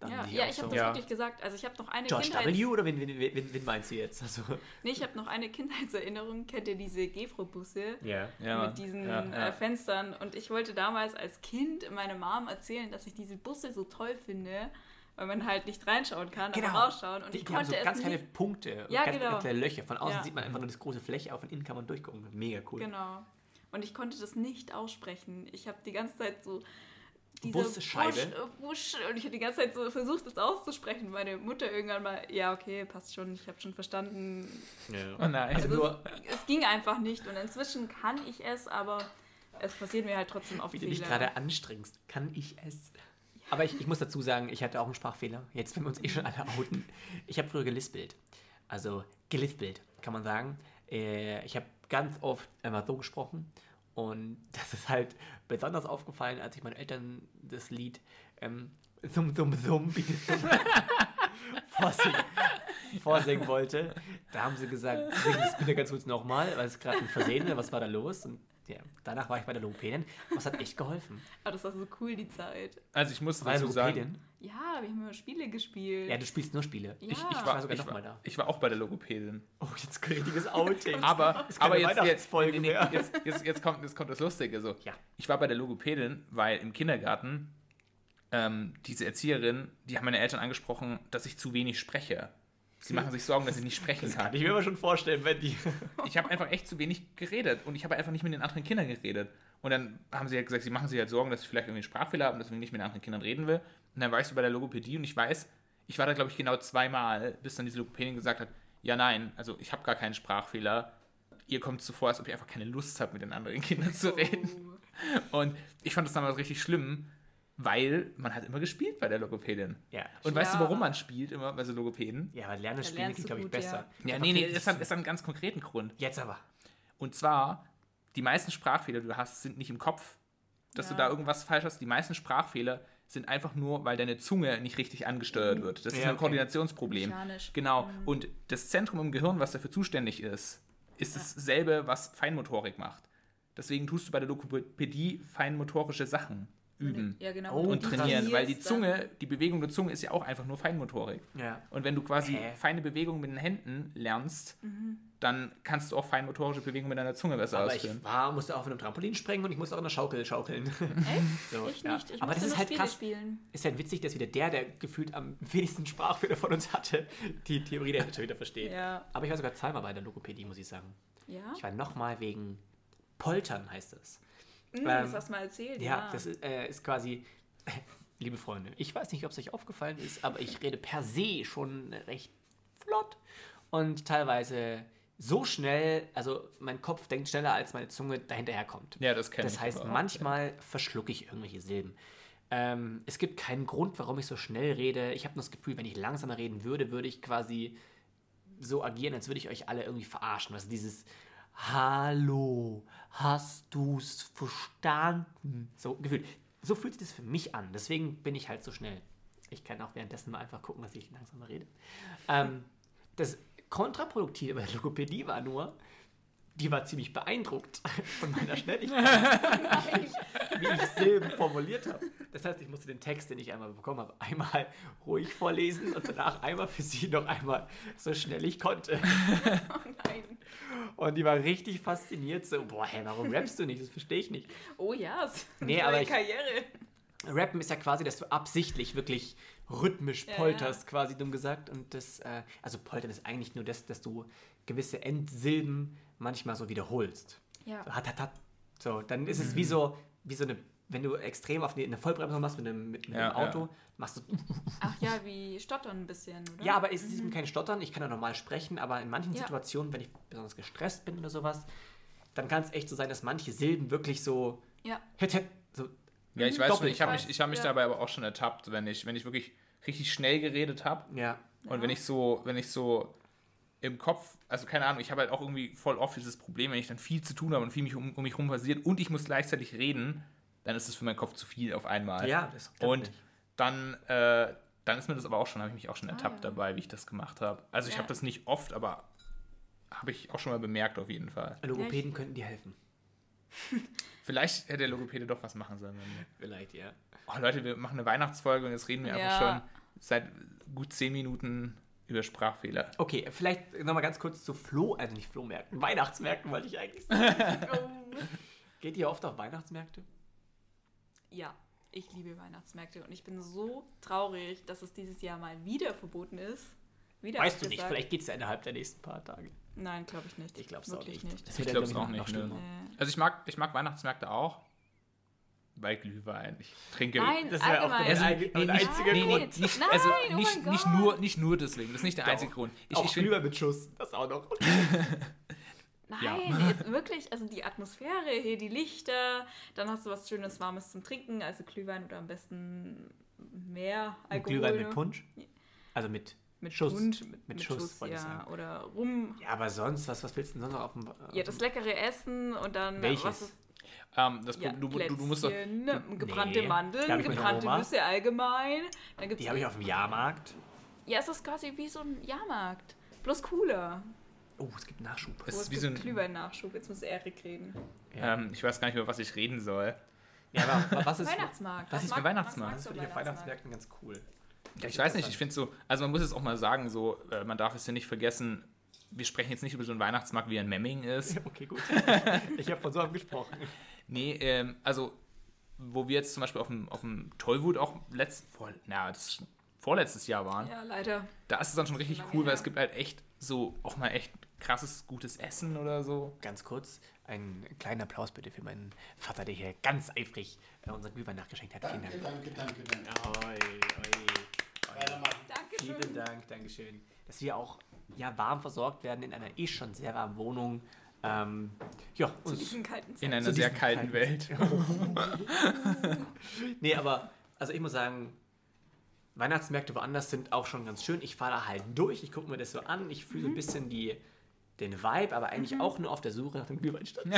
Speaker 4: Dann
Speaker 2: Ja,
Speaker 4: die
Speaker 2: ja
Speaker 4: auch
Speaker 2: ich habe
Speaker 4: so,
Speaker 2: das
Speaker 1: Ja.
Speaker 2: wirklich gesagt. Also ich habe noch eine
Speaker 4: George
Speaker 2: Kindheits-
Speaker 4: W. oder wen, wen, wen, wen meinst du jetzt? Also,
Speaker 2: Nee, ich habe noch eine Kindheitserinnerung. Kennt ihr diese Gefro-Busse?
Speaker 4: ja.
Speaker 1: Ja,
Speaker 2: mit diesen
Speaker 1: ja, ja.
Speaker 2: Äh, Fenstern. Und ich wollte damals als Kind meiner Mom erzählen, dass ich diese Busse so toll finde, weil man halt nicht reinschauen kann,
Speaker 4: Genau.
Speaker 2: aber rausschauen. Und
Speaker 4: Die,
Speaker 2: ich
Speaker 4: die haben
Speaker 2: konnte
Speaker 4: so
Speaker 2: es
Speaker 4: ganz kleine
Speaker 2: nicht.
Speaker 4: Punkte, und
Speaker 2: Ja,
Speaker 4: ganz,
Speaker 2: genau.
Speaker 4: ganz kleine Löcher. Von außen
Speaker 2: Ja.
Speaker 4: sieht man einfach nur das große Fläche, aber von innen kann man durchgucken. Mega cool.
Speaker 2: Genau. Und ich konnte das nicht aussprechen. Ich habe die ganze Zeit so diese
Speaker 4: Busscheibe?
Speaker 2: Busch, äh, Busch, und ich habe die ganze Zeit so versucht, das auszusprechen. Meine Mutter irgendwann mal, ja, okay, passt schon, ich habe schon verstanden.
Speaker 1: Oh nein.
Speaker 2: Also
Speaker 4: nur-
Speaker 2: es, es ging einfach nicht. Und inzwischen kann ich es, aber es passiert mir halt trotzdem oft
Speaker 4: Wie du dich
Speaker 2: Fehler.
Speaker 4: gerade anstrengst, kann ich es. Aber ich, ich muss dazu sagen, ich hatte auch einen Sprachfehler. Jetzt, wenn wir uns eh schon alle outen. Ich habe früher gelispelt. Also gelispelt, kann man sagen. Äh, ich habe ganz oft einmal so gesprochen. Und das ist halt besonders aufgefallen, als ich meinen Eltern das Lied ähm, Sum Sum Sum Bibi Sum vorsingen, vorsingen wollte. Da haben sie gesagt, sing das bitte ganz kurz nochmal, weil es gerade ein Versehen war, was war da los? Und ja, danach war ich bei der Logopädin. Was hat echt geholfen?
Speaker 2: Aber das war so cool, die Zeit.
Speaker 1: Also ich muss
Speaker 4: War
Speaker 1: dazu sagen,
Speaker 2: Ja, wir haben immer Spiele gespielt.
Speaker 4: Ja, du spielst nur Spiele.
Speaker 2: Ja.
Speaker 4: Ich, ich
Speaker 2: Ich
Speaker 4: war,
Speaker 1: war,
Speaker 4: sogar
Speaker 1: ich, war,
Speaker 4: nochmal da.
Speaker 1: ich war auch bei der Logopädin.
Speaker 4: Oh, jetzt ein richtiges Outing.
Speaker 1: Aber,
Speaker 4: ist keine
Speaker 1: aber jetzt, jetzt,
Speaker 4: Weihnachtsfolge mehr.
Speaker 1: jetzt, jetzt, jetzt, kommt, jetzt kommt das Lustige. So.
Speaker 4: Ja.
Speaker 1: Ich war bei der Logopädin, weil im Kindergarten ähm, diese Erzieherin, die haben meine Eltern angesprochen, dass ich zu wenig spreche. Sie machen sich Sorgen, dass ich nicht sprechen kann.
Speaker 4: Kann ich mir immer schon vorstellen, wenn die.
Speaker 1: Ich habe einfach echt zu wenig geredet und ich habe einfach nicht mit den anderen Kindern geredet. Und dann haben sie halt gesagt, sie machen sich halt Sorgen, dass ich vielleicht irgendwie einen Sprachfehler habe und deswegen nicht mit den anderen Kindern reden will. Und dann war ich so bei der Logopädie und ich weiß, ich war da, glaube ich, genau zweimal, bis dann diese Logopädin gesagt hat, ja, nein, also ich habe gar keinen Sprachfehler. Ihr kommt so vor, als ob ich einfach keine Lust habe, mit den anderen Kindern zu reden.
Speaker 2: Oh.
Speaker 1: Und ich fand das damals richtig schlimm, weil man hat immer gespielt bei der Logopädin.
Speaker 4: Ja.
Speaker 1: Und weißt du,
Speaker 2: Ja.
Speaker 1: warum man spielt immer bei so Logopäden?
Speaker 4: ja, aber lernen das
Speaker 2: Da
Speaker 4: Spiele
Speaker 2: lernst
Speaker 4: geht,
Speaker 2: du
Speaker 4: glaube ich,
Speaker 2: gut,
Speaker 4: besser.
Speaker 1: Ja, nee, nee, das hat, das hat einen ganz konkreten Grund.
Speaker 4: Jetzt aber.
Speaker 1: Und zwar, die meisten Sprachfehler, die du hast, sind nicht im Kopf, dass du
Speaker 2: Ja.
Speaker 1: da irgendwas falsch hast. Die meisten Sprachfehler sind einfach nur, weil deine Zunge nicht richtig angesteuert wird. Das ist
Speaker 4: Ja,
Speaker 1: ein
Speaker 4: okay.
Speaker 1: Koordinationsproblem.
Speaker 2: Mhm. Mechanisch. Mhm.
Speaker 1: Genau. Und das Zentrum im Gehirn, was dafür zuständig ist, ist dasselbe, was Feinmotorik macht. Deswegen tust du bei der Lokopädie feinmotorische Sachen üben
Speaker 2: Ja, genau.
Speaker 4: Oh,
Speaker 1: und
Speaker 2: du
Speaker 1: trainieren, weil die
Speaker 2: trainierst dann-
Speaker 1: Zunge, die Bewegung der Zunge ist ja auch einfach nur Feinmotorik.
Speaker 4: Ja.
Speaker 1: Und wenn du quasi
Speaker 4: Hä?
Speaker 1: feine Bewegungen mit den Händen lernst,
Speaker 2: Mhm.
Speaker 1: dann kannst du auch feinmotorische Bewegungen mit deiner Zunge besser
Speaker 4: Aber
Speaker 1: ausführen.
Speaker 4: ich war, musste auch auf einem Trampolin springen und ich musste auch in der Schaukel schaukeln.
Speaker 2: Echt?
Speaker 4: So,
Speaker 2: ich
Speaker 4: ja.
Speaker 2: nicht. Ich
Speaker 4: Aber das
Speaker 2: musste
Speaker 4: ist
Speaker 2: nur
Speaker 4: halt
Speaker 2: Spiele
Speaker 4: krass.
Speaker 2: spielen.
Speaker 4: Ist halt witzig, dass wieder der, der gefühlt am wenigsten Sprachfehler von uns hatte, die Theorie der schon wieder versteht.
Speaker 2: Ja.
Speaker 4: Aber ich war sogar zweimal bei der Logopädie, muss ich sagen.
Speaker 2: Ja?
Speaker 4: Ich war nochmal wegen Poltern, heißt es.
Speaker 2: Hm,
Speaker 4: ähm,
Speaker 2: das hast du mal erzählt.
Speaker 4: Ja, das ist, äh, ist quasi, liebe Freunde, ich weiß nicht, ob es euch aufgefallen ist, aber ich rede per se schon recht flott und teilweise so schnell, also mein Kopf denkt schneller, als meine Zunge dahinterherkommt.
Speaker 1: Ja, das kenn
Speaker 4: Das
Speaker 1: ich
Speaker 4: heißt,
Speaker 1: aber auch.
Speaker 4: manchmal verschlucke ich irgendwelche Silben. Ähm, es gibt keinen Grund, warum ich so schnell rede. Ich habe nur das Gefühl, wenn ich langsamer reden würde, würde ich quasi so agieren, als würde ich euch alle irgendwie verarschen. Was dieses Hallo, hast du's verstanden? So gefühlt. So fühlt sich das für mich an. Deswegen bin ich halt so schnell. Ich kann auch währenddessen mal einfach gucken, dass ich langsamer rede. Ähm, das Kontraproduktive bei der Logopädie war nur, die war ziemlich beeindruckt von meiner Schnelligkeit, wie ich Silben formuliert habe. Das heißt, ich musste den Text, den ich einmal bekommen habe, einmal ruhig vorlesen und danach einmal für sie noch einmal so schnell ich konnte.
Speaker 2: Oh Nein.
Speaker 4: Und die war richtig fasziniert, so, boah, hä, warum rappst du nicht? Das verstehe ich nicht.
Speaker 2: Oh ja, es ist
Speaker 4: Nee,
Speaker 2: eine
Speaker 4: aber ich-
Speaker 2: Karriere.
Speaker 4: Rappen ist ja quasi, dass du absichtlich wirklich rhythmisch
Speaker 2: Ja,
Speaker 4: polterst, quasi dumm gesagt. Und das, äh, also poltern ist eigentlich nur das, dass du gewisse Endsilben manchmal so wiederholst.
Speaker 2: Ja.
Speaker 4: So, hat, hat, hat. So, dann ist es wie so, wie so eine, wenn du extrem auf eine, eine Vollbremsung machst mit einem, mit, mit
Speaker 1: Ja,
Speaker 4: einem Auto, machst du.
Speaker 2: Ach ja, wie stottern ein bisschen, oder?
Speaker 4: Ja, aber es ist eben kein Stottern, ich kann ja normal sprechen, aber in manchen
Speaker 2: Ja.
Speaker 4: Situationen, wenn ich besonders gestresst bin oder sowas, dann kann es echt so sein, dass manche Silben wirklich so.
Speaker 2: Ja.
Speaker 4: Hit, hit, so
Speaker 1: Ja, ich weiß, schon,
Speaker 4: Doppelt.
Speaker 1: ich habe
Speaker 2: Ich
Speaker 1: mich, ich hab mich
Speaker 2: weiß, ja.
Speaker 1: dabei aber auch schon ertappt, wenn ich, wenn ich wirklich richtig schnell geredet habe
Speaker 4: ja.
Speaker 1: und wenn ich so, wenn ich so im Kopf, also keine Ahnung, ich habe halt auch irgendwie voll oft dieses Problem, wenn ich dann viel zu tun habe und viel mich um, um mich rum passiert und ich muss gleichzeitig reden, dann ist es für meinen Kopf zu viel auf einmal.
Speaker 4: Ja, das klappt
Speaker 1: Und
Speaker 4: nicht.
Speaker 1: dann, äh, dann ist mir das aber auch schon, habe ich mich auch schon ertappt
Speaker 2: ja.
Speaker 1: dabei, wie ich das gemacht habe. Also ich
Speaker 2: Ja.
Speaker 1: habe das nicht oft, aber habe ich auch schon mal bemerkt auf jeden Fall.
Speaker 4: Logopäden könnten dir helfen.
Speaker 1: Vielleicht hätte der Logopäde doch was machen sollen. bei mir.
Speaker 4: Vielleicht, ja.
Speaker 1: Oh, Leute, wir machen eine Weihnachtsfolge und jetzt reden wir einfach
Speaker 2: Ja.
Speaker 1: schon seit gut zehn Minuten über Sprachfehler.
Speaker 4: Okay, vielleicht nochmal ganz kurz zu Flo, also nicht Flohmärkten, Weihnachtsmärkten wollte ich eigentlich sagen.
Speaker 2: Oh.
Speaker 4: Geht ihr oft auf Weihnachtsmärkte?
Speaker 2: Ja, ich liebe Weihnachtsmärkte und ich bin so traurig, dass es dieses Jahr mal wieder verboten ist. Wieder
Speaker 4: weißt du
Speaker 2: abgesagt.
Speaker 4: nicht, vielleicht geht es ja innerhalb der nächsten paar Tage.
Speaker 2: Nein, glaube ich nicht.
Speaker 4: Ich glaube es auch
Speaker 2: Wirklich
Speaker 4: nicht.
Speaker 2: nicht.
Speaker 4: Das
Speaker 1: Ich
Speaker 4: wird ja,
Speaker 1: glaub's
Speaker 4: glaub
Speaker 1: auch
Speaker 4: noch
Speaker 1: nicht, ne.
Speaker 4: schlimmer.
Speaker 2: Äh,
Speaker 1: Also ich mag, ich mag Weihnachtsmärkte auch, weil Glühwein. Ich trinke.
Speaker 2: Nein,
Speaker 4: Das wäre auch
Speaker 2: allgemein.
Speaker 4: der
Speaker 1: Also,
Speaker 4: ein- ein einziger
Speaker 2: Grund.
Speaker 1: Nicht,
Speaker 2: Nein,
Speaker 1: also
Speaker 2: oh mein
Speaker 1: nicht, nicht,
Speaker 2: Gott.
Speaker 1: nur, nicht nur deswegen, das ist nicht der einzige Grund. Ich,
Speaker 4: auch
Speaker 1: ich find-
Speaker 4: Glühwein mit Schuss, das auch noch.
Speaker 2: Nein, jetzt wirklich, also die Atmosphäre hier, die Lichter, dann hast du was Schönes, Warmes zum Trinken, also Glühwein oder am besten mehr Alkohol. ne?
Speaker 4: Glühwein mit Punsch? Also mit,
Speaker 2: Mit
Speaker 4: Schuss.
Speaker 2: Punsch, mit,
Speaker 4: Mit
Speaker 2: mit
Speaker 4: Schuss,
Speaker 2: Schuss,
Speaker 4: wollte ich
Speaker 2: ja.
Speaker 4: sagen.
Speaker 2: Oder rum.
Speaker 4: Ja, aber sonst, was, was willst du denn sonst noch auf dem...
Speaker 2: Ja, das leckere Essen und dann
Speaker 4: Ähm, Welches?
Speaker 2: was ist
Speaker 1: ähm, das
Speaker 2: Ja,
Speaker 1: Problem- du, du, du musst doch,
Speaker 2: Plätzchen, ne, gebrannte
Speaker 4: Nee. Die hab
Speaker 2: Mandeln,
Speaker 4: ich mit
Speaker 2: gebrannte
Speaker 4: Aroma.
Speaker 2: Nüsse allgemein. Dann gibt's
Speaker 4: Die habe ich auf dem Jahrmarkt.
Speaker 2: Ja, es ist quasi wie so ein Jahrmarkt. Bloß cooler.
Speaker 4: Oh, es gibt Nachschub.
Speaker 1: Es
Speaker 2: Oh,
Speaker 1: ist
Speaker 2: es
Speaker 1: wie
Speaker 2: gibt
Speaker 1: so ein.
Speaker 2: Glühwein-Nachschub. Jetzt muss Erik reden.
Speaker 1: Ähm, ich weiß gar nicht, über was ich reden soll.
Speaker 4: Ja, aber was ist.
Speaker 2: Weihnachtsmarkt.
Speaker 1: was ist für
Speaker 2: mag-
Speaker 1: Weihnachtsmarkt?
Speaker 2: magst
Speaker 4: Das
Speaker 2: du
Speaker 4: finde ich auf Weihnachtsmärkten ganz cool.
Speaker 1: Ja, ich weiß nicht, ich finde so, also man muss es auch mal sagen, so, äh, man darf es ja nicht vergessen, wir sprechen jetzt nicht über so einen Weihnachtsmarkt, wie er in Memming ist.
Speaker 4: Okay, gut. ich habe von so einem gesprochen.
Speaker 1: Nee, ähm, also, wo wir jetzt zum Beispiel auf dem, auf dem Tollwut auch letzt, vor, na, das ist schon vorletztes Jahr waren,
Speaker 2: Ja, leider.
Speaker 1: da ist es dann schon richtig
Speaker 2: Lange
Speaker 1: cool, weil
Speaker 2: her.
Speaker 1: es gibt halt echt so, auch mal echt krasses, gutes Essen oder so.
Speaker 4: Ganz kurz, einen kleinen Applaus bitte für meinen Vater, der hier ganz eifrig äh, unseren Glühwein nachgeschenkt hat. Vielen
Speaker 6: Danke,
Speaker 4: Dank.
Speaker 6: danke, danke, danke.
Speaker 4: Oi, oi.
Speaker 6: Weitermachen.
Speaker 2: Dankeschön.
Speaker 4: Vielen Dank, Dankeschön. Dass wir auch ja, warm versorgt werden in einer eh schon sehr warmen Wohnung. Ähm, ja,
Speaker 2: Zu
Speaker 4: uns-
Speaker 2: diesen kalten Zeiten.
Speaker 1: In einer sehr
Speaker 4: diesen
Speaker 1: kalten
Speaker 4: kalten-
Speaker 1: Welt.
Speaker 4: Nee, aber also ich muss sagen, Weihnachtsmärkte woanders sind auch schon ganz schön. Ich fahre da halt durch, ich gucke mir das so an, ich fühle so ein bisschen die, den Vibe, aber eigentlich auch nur auf der Suche nach dem Glühweinstand.
Speaker 2: Oh,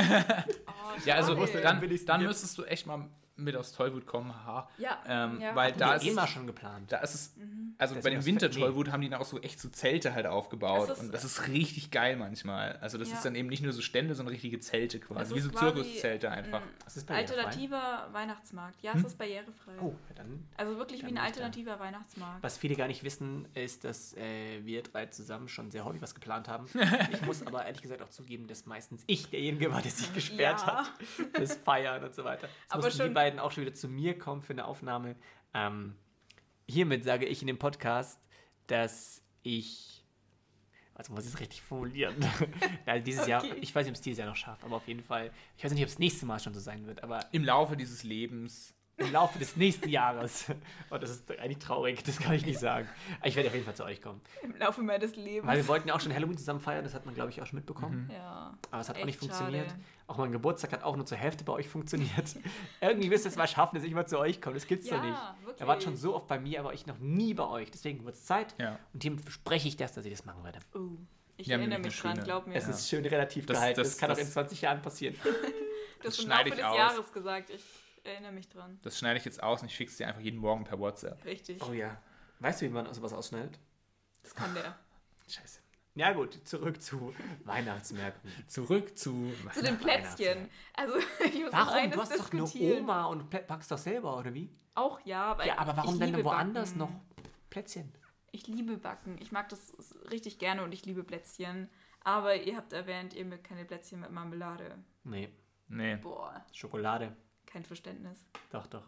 Speaker 1: Ja, also
Speaker 2: schade.
Speaker 1: dann,
Speaker 4: Am billigsten
Speaker 1: dann
Speaker 4: gibt's.
Speaker 1: müsstest du echt mal mit aus Tollwut kommen, haha.
Speaker 2: Ja,
Speaker 1: Ähm,
Speaker 2: ja.
Speaker 1: Weil da
Speaker 4: ja,
Speaker 1: ist,
Speaker 4: eh mal schon geplant.
Speaker 1: da ist es,
Speaker 2: Mhm.
Speaker 1: also
Speaker 4: Das
Speaker 1: bei
Speaker 4: ist
Speaker 1: dem
Speaker 4: das
Speaker 1: Winter
Speaker 4: Fett- nee.
Speaker 1: Tollwut haben die dann auch so echt so Zelte halt aufgebaut.
Speaker 2: Das ist-
Speaker 1: und das ist richtig geil manchmal. Also das
Speaker 2: Ja.
Speaker 1: ist dann eben nicht nur so Stände, sondern richtige Zelte quasi.
Speaker 2: Das
Speaker 1: Wie
Speaker 2: ist
Speaker 1: so
Speaker 2: quasi mm,
Speaker 1: Zirkuszelte einfach.
Speaker 4: Das ist bei mir der Fall.
Speaker 2: Alternativer Weihnachtsmarkt.
Speaker 1: Hm?
Speaker 2: Ja, es ist barrierefrei.
Speaker 4: Oh, ja, dann.
Speaker 2: Also wirklich wie
Speaker 4: Dann bin ich da.
Speaker 2: ein alternativer Weihnachtsmarkt.
Speaker 4: Was viele gar nicht wissen, ist, dass äh, wir drei zusammen schon sehr häufig was geplant haben. Ich muss aber ehrlich gesagt auch zugeben, dass meistens ich derjenige war, der sich gesperrt
Speaker 2: Ja.
Speaker 4: hat. Das Feiern und so weiter. Jetzt
Speaker 2: Aber
Speaker 4: aber mussten die
Speaker 2: schon-
Speaker 4: beiden auch schon wieder zu mir kommen für eine Aufnahme. Ähm, hiermit sage ich in dem Podcast, dass ich. Also muss ich es richtig formulieren. also dieses Jahr,
Speaker 2: Okay.
Speaker 4: ich weiß nicht, ob es dieses Jahr noch schafft, aber auf jeden Fall. Ich weiß nicht, ob es nächstes Mal schon so sein wird, aber
Speaker 1: Im Laufe dieses Lebens.
Speaker 4: im Laufe des nächsten Jahres. Und das ist eigentlich traurig, das kann ich nicht sagen. Ich werde auf jeden Fall zu euch kommen.
Speaker 2: Im Laufe meines Lebens.
Speaker 4: Weil wir wollten ja auch schon Halloween zusammen feiern, das hat man, glaube ich, auch schon mitbekommen.
Speaker 2: ja.
Speaker 4: Aber es hat auch
Speaker 2: Mhm. Echt
Speaker 4: nicht funktioniert.
Speaker 2: schade.
Speaker 4: Auch mein Geburtstag hat auch nur zur Hälfte bei euch funktioniert. Irgendwie müsst ihr es mal schaffen, dass ich mal zu euch komme. Das gibt's
Speaker 2: Ja,
Speaker 4: doch nicht.
Speaker 2: wirklich.
Speaker 4: Ihr wart schon so oft bei mir, aber ich noch nie bei euch. Deswegen wird es Zeit.
Speaker 1: Ja.
Speaker 4: Und hiermit verspreche ich das, dass ich das machen werde.
Speaker 2: Oh, ich
Speaker 1: Ja,
Speaker 2: erinnere
Speaker 1: nämlich
Speaker 2: mich
Speaker 1: eine
Speaker 2: dran,
Speaker 1: schöne-
Speaker 2: glaub mir.
Speaker 4: Es ist schön relativ
Speaker 1: Das-
Speaker 4: gehalten. Das,
Speaker 1: das-
Speaker 4: kann
Speaker 1: das-
Speaker 4: auch in 20 Jahren passieren.
Speaker 2: das ist im
Speaker 1: schneide
Speaker 2: Laufe des
Speaker 1: ich aus.
Speaker 2: Jahres gesagt. Ich erinnere mich dran.
Speaker 1: Das schneide ich jetzt aus und ich schicke es dir einfach jeden Morgen per WhatsApp.
Speaker 2: Richtig.
Speaker 4: Oh ja. Weißt du, wie man sowas ausschneidet?
Speaker 2: Das kann der.
Speaker 4: Scheiße. Ja gut, zurück zu Weihnachtsmärkten.
Speaker 1: Zurück zu.
Speaker 2: Zu den Plätzchen. Also, ich muss noch
Speaker 4: Warum?
Speaker 2: eines
Speaker 4: Du hast doch nur
Speaker 2: diskutieren.
Speaker 4: Oma und plä- backst doch selber, oder wie?
Speaker 2: Auch ja, weil
Speaker 4: Ja, aber warum
Speaker 2: ich
Speaker 4: denn
Speaker 2: liebe
Speaker 4: woanders
Speaker 2: Backen.
Speaker 4: noch Plätzchen?
Speaker 2: Ich liebe Backen. Ich mag das richtig gerne und ich liebe Plätzchen. Aber ihr habt erwähnt, ihr mögt keine Plätzchen mit Marmelade.
Speaker 4: Nee,
Speaker 1: Nee.
Speaker 2: Boah,
Speaker 4: Schokolade.
Speaker 2: kein Verständnis.
Speaker 4: Doch, doch.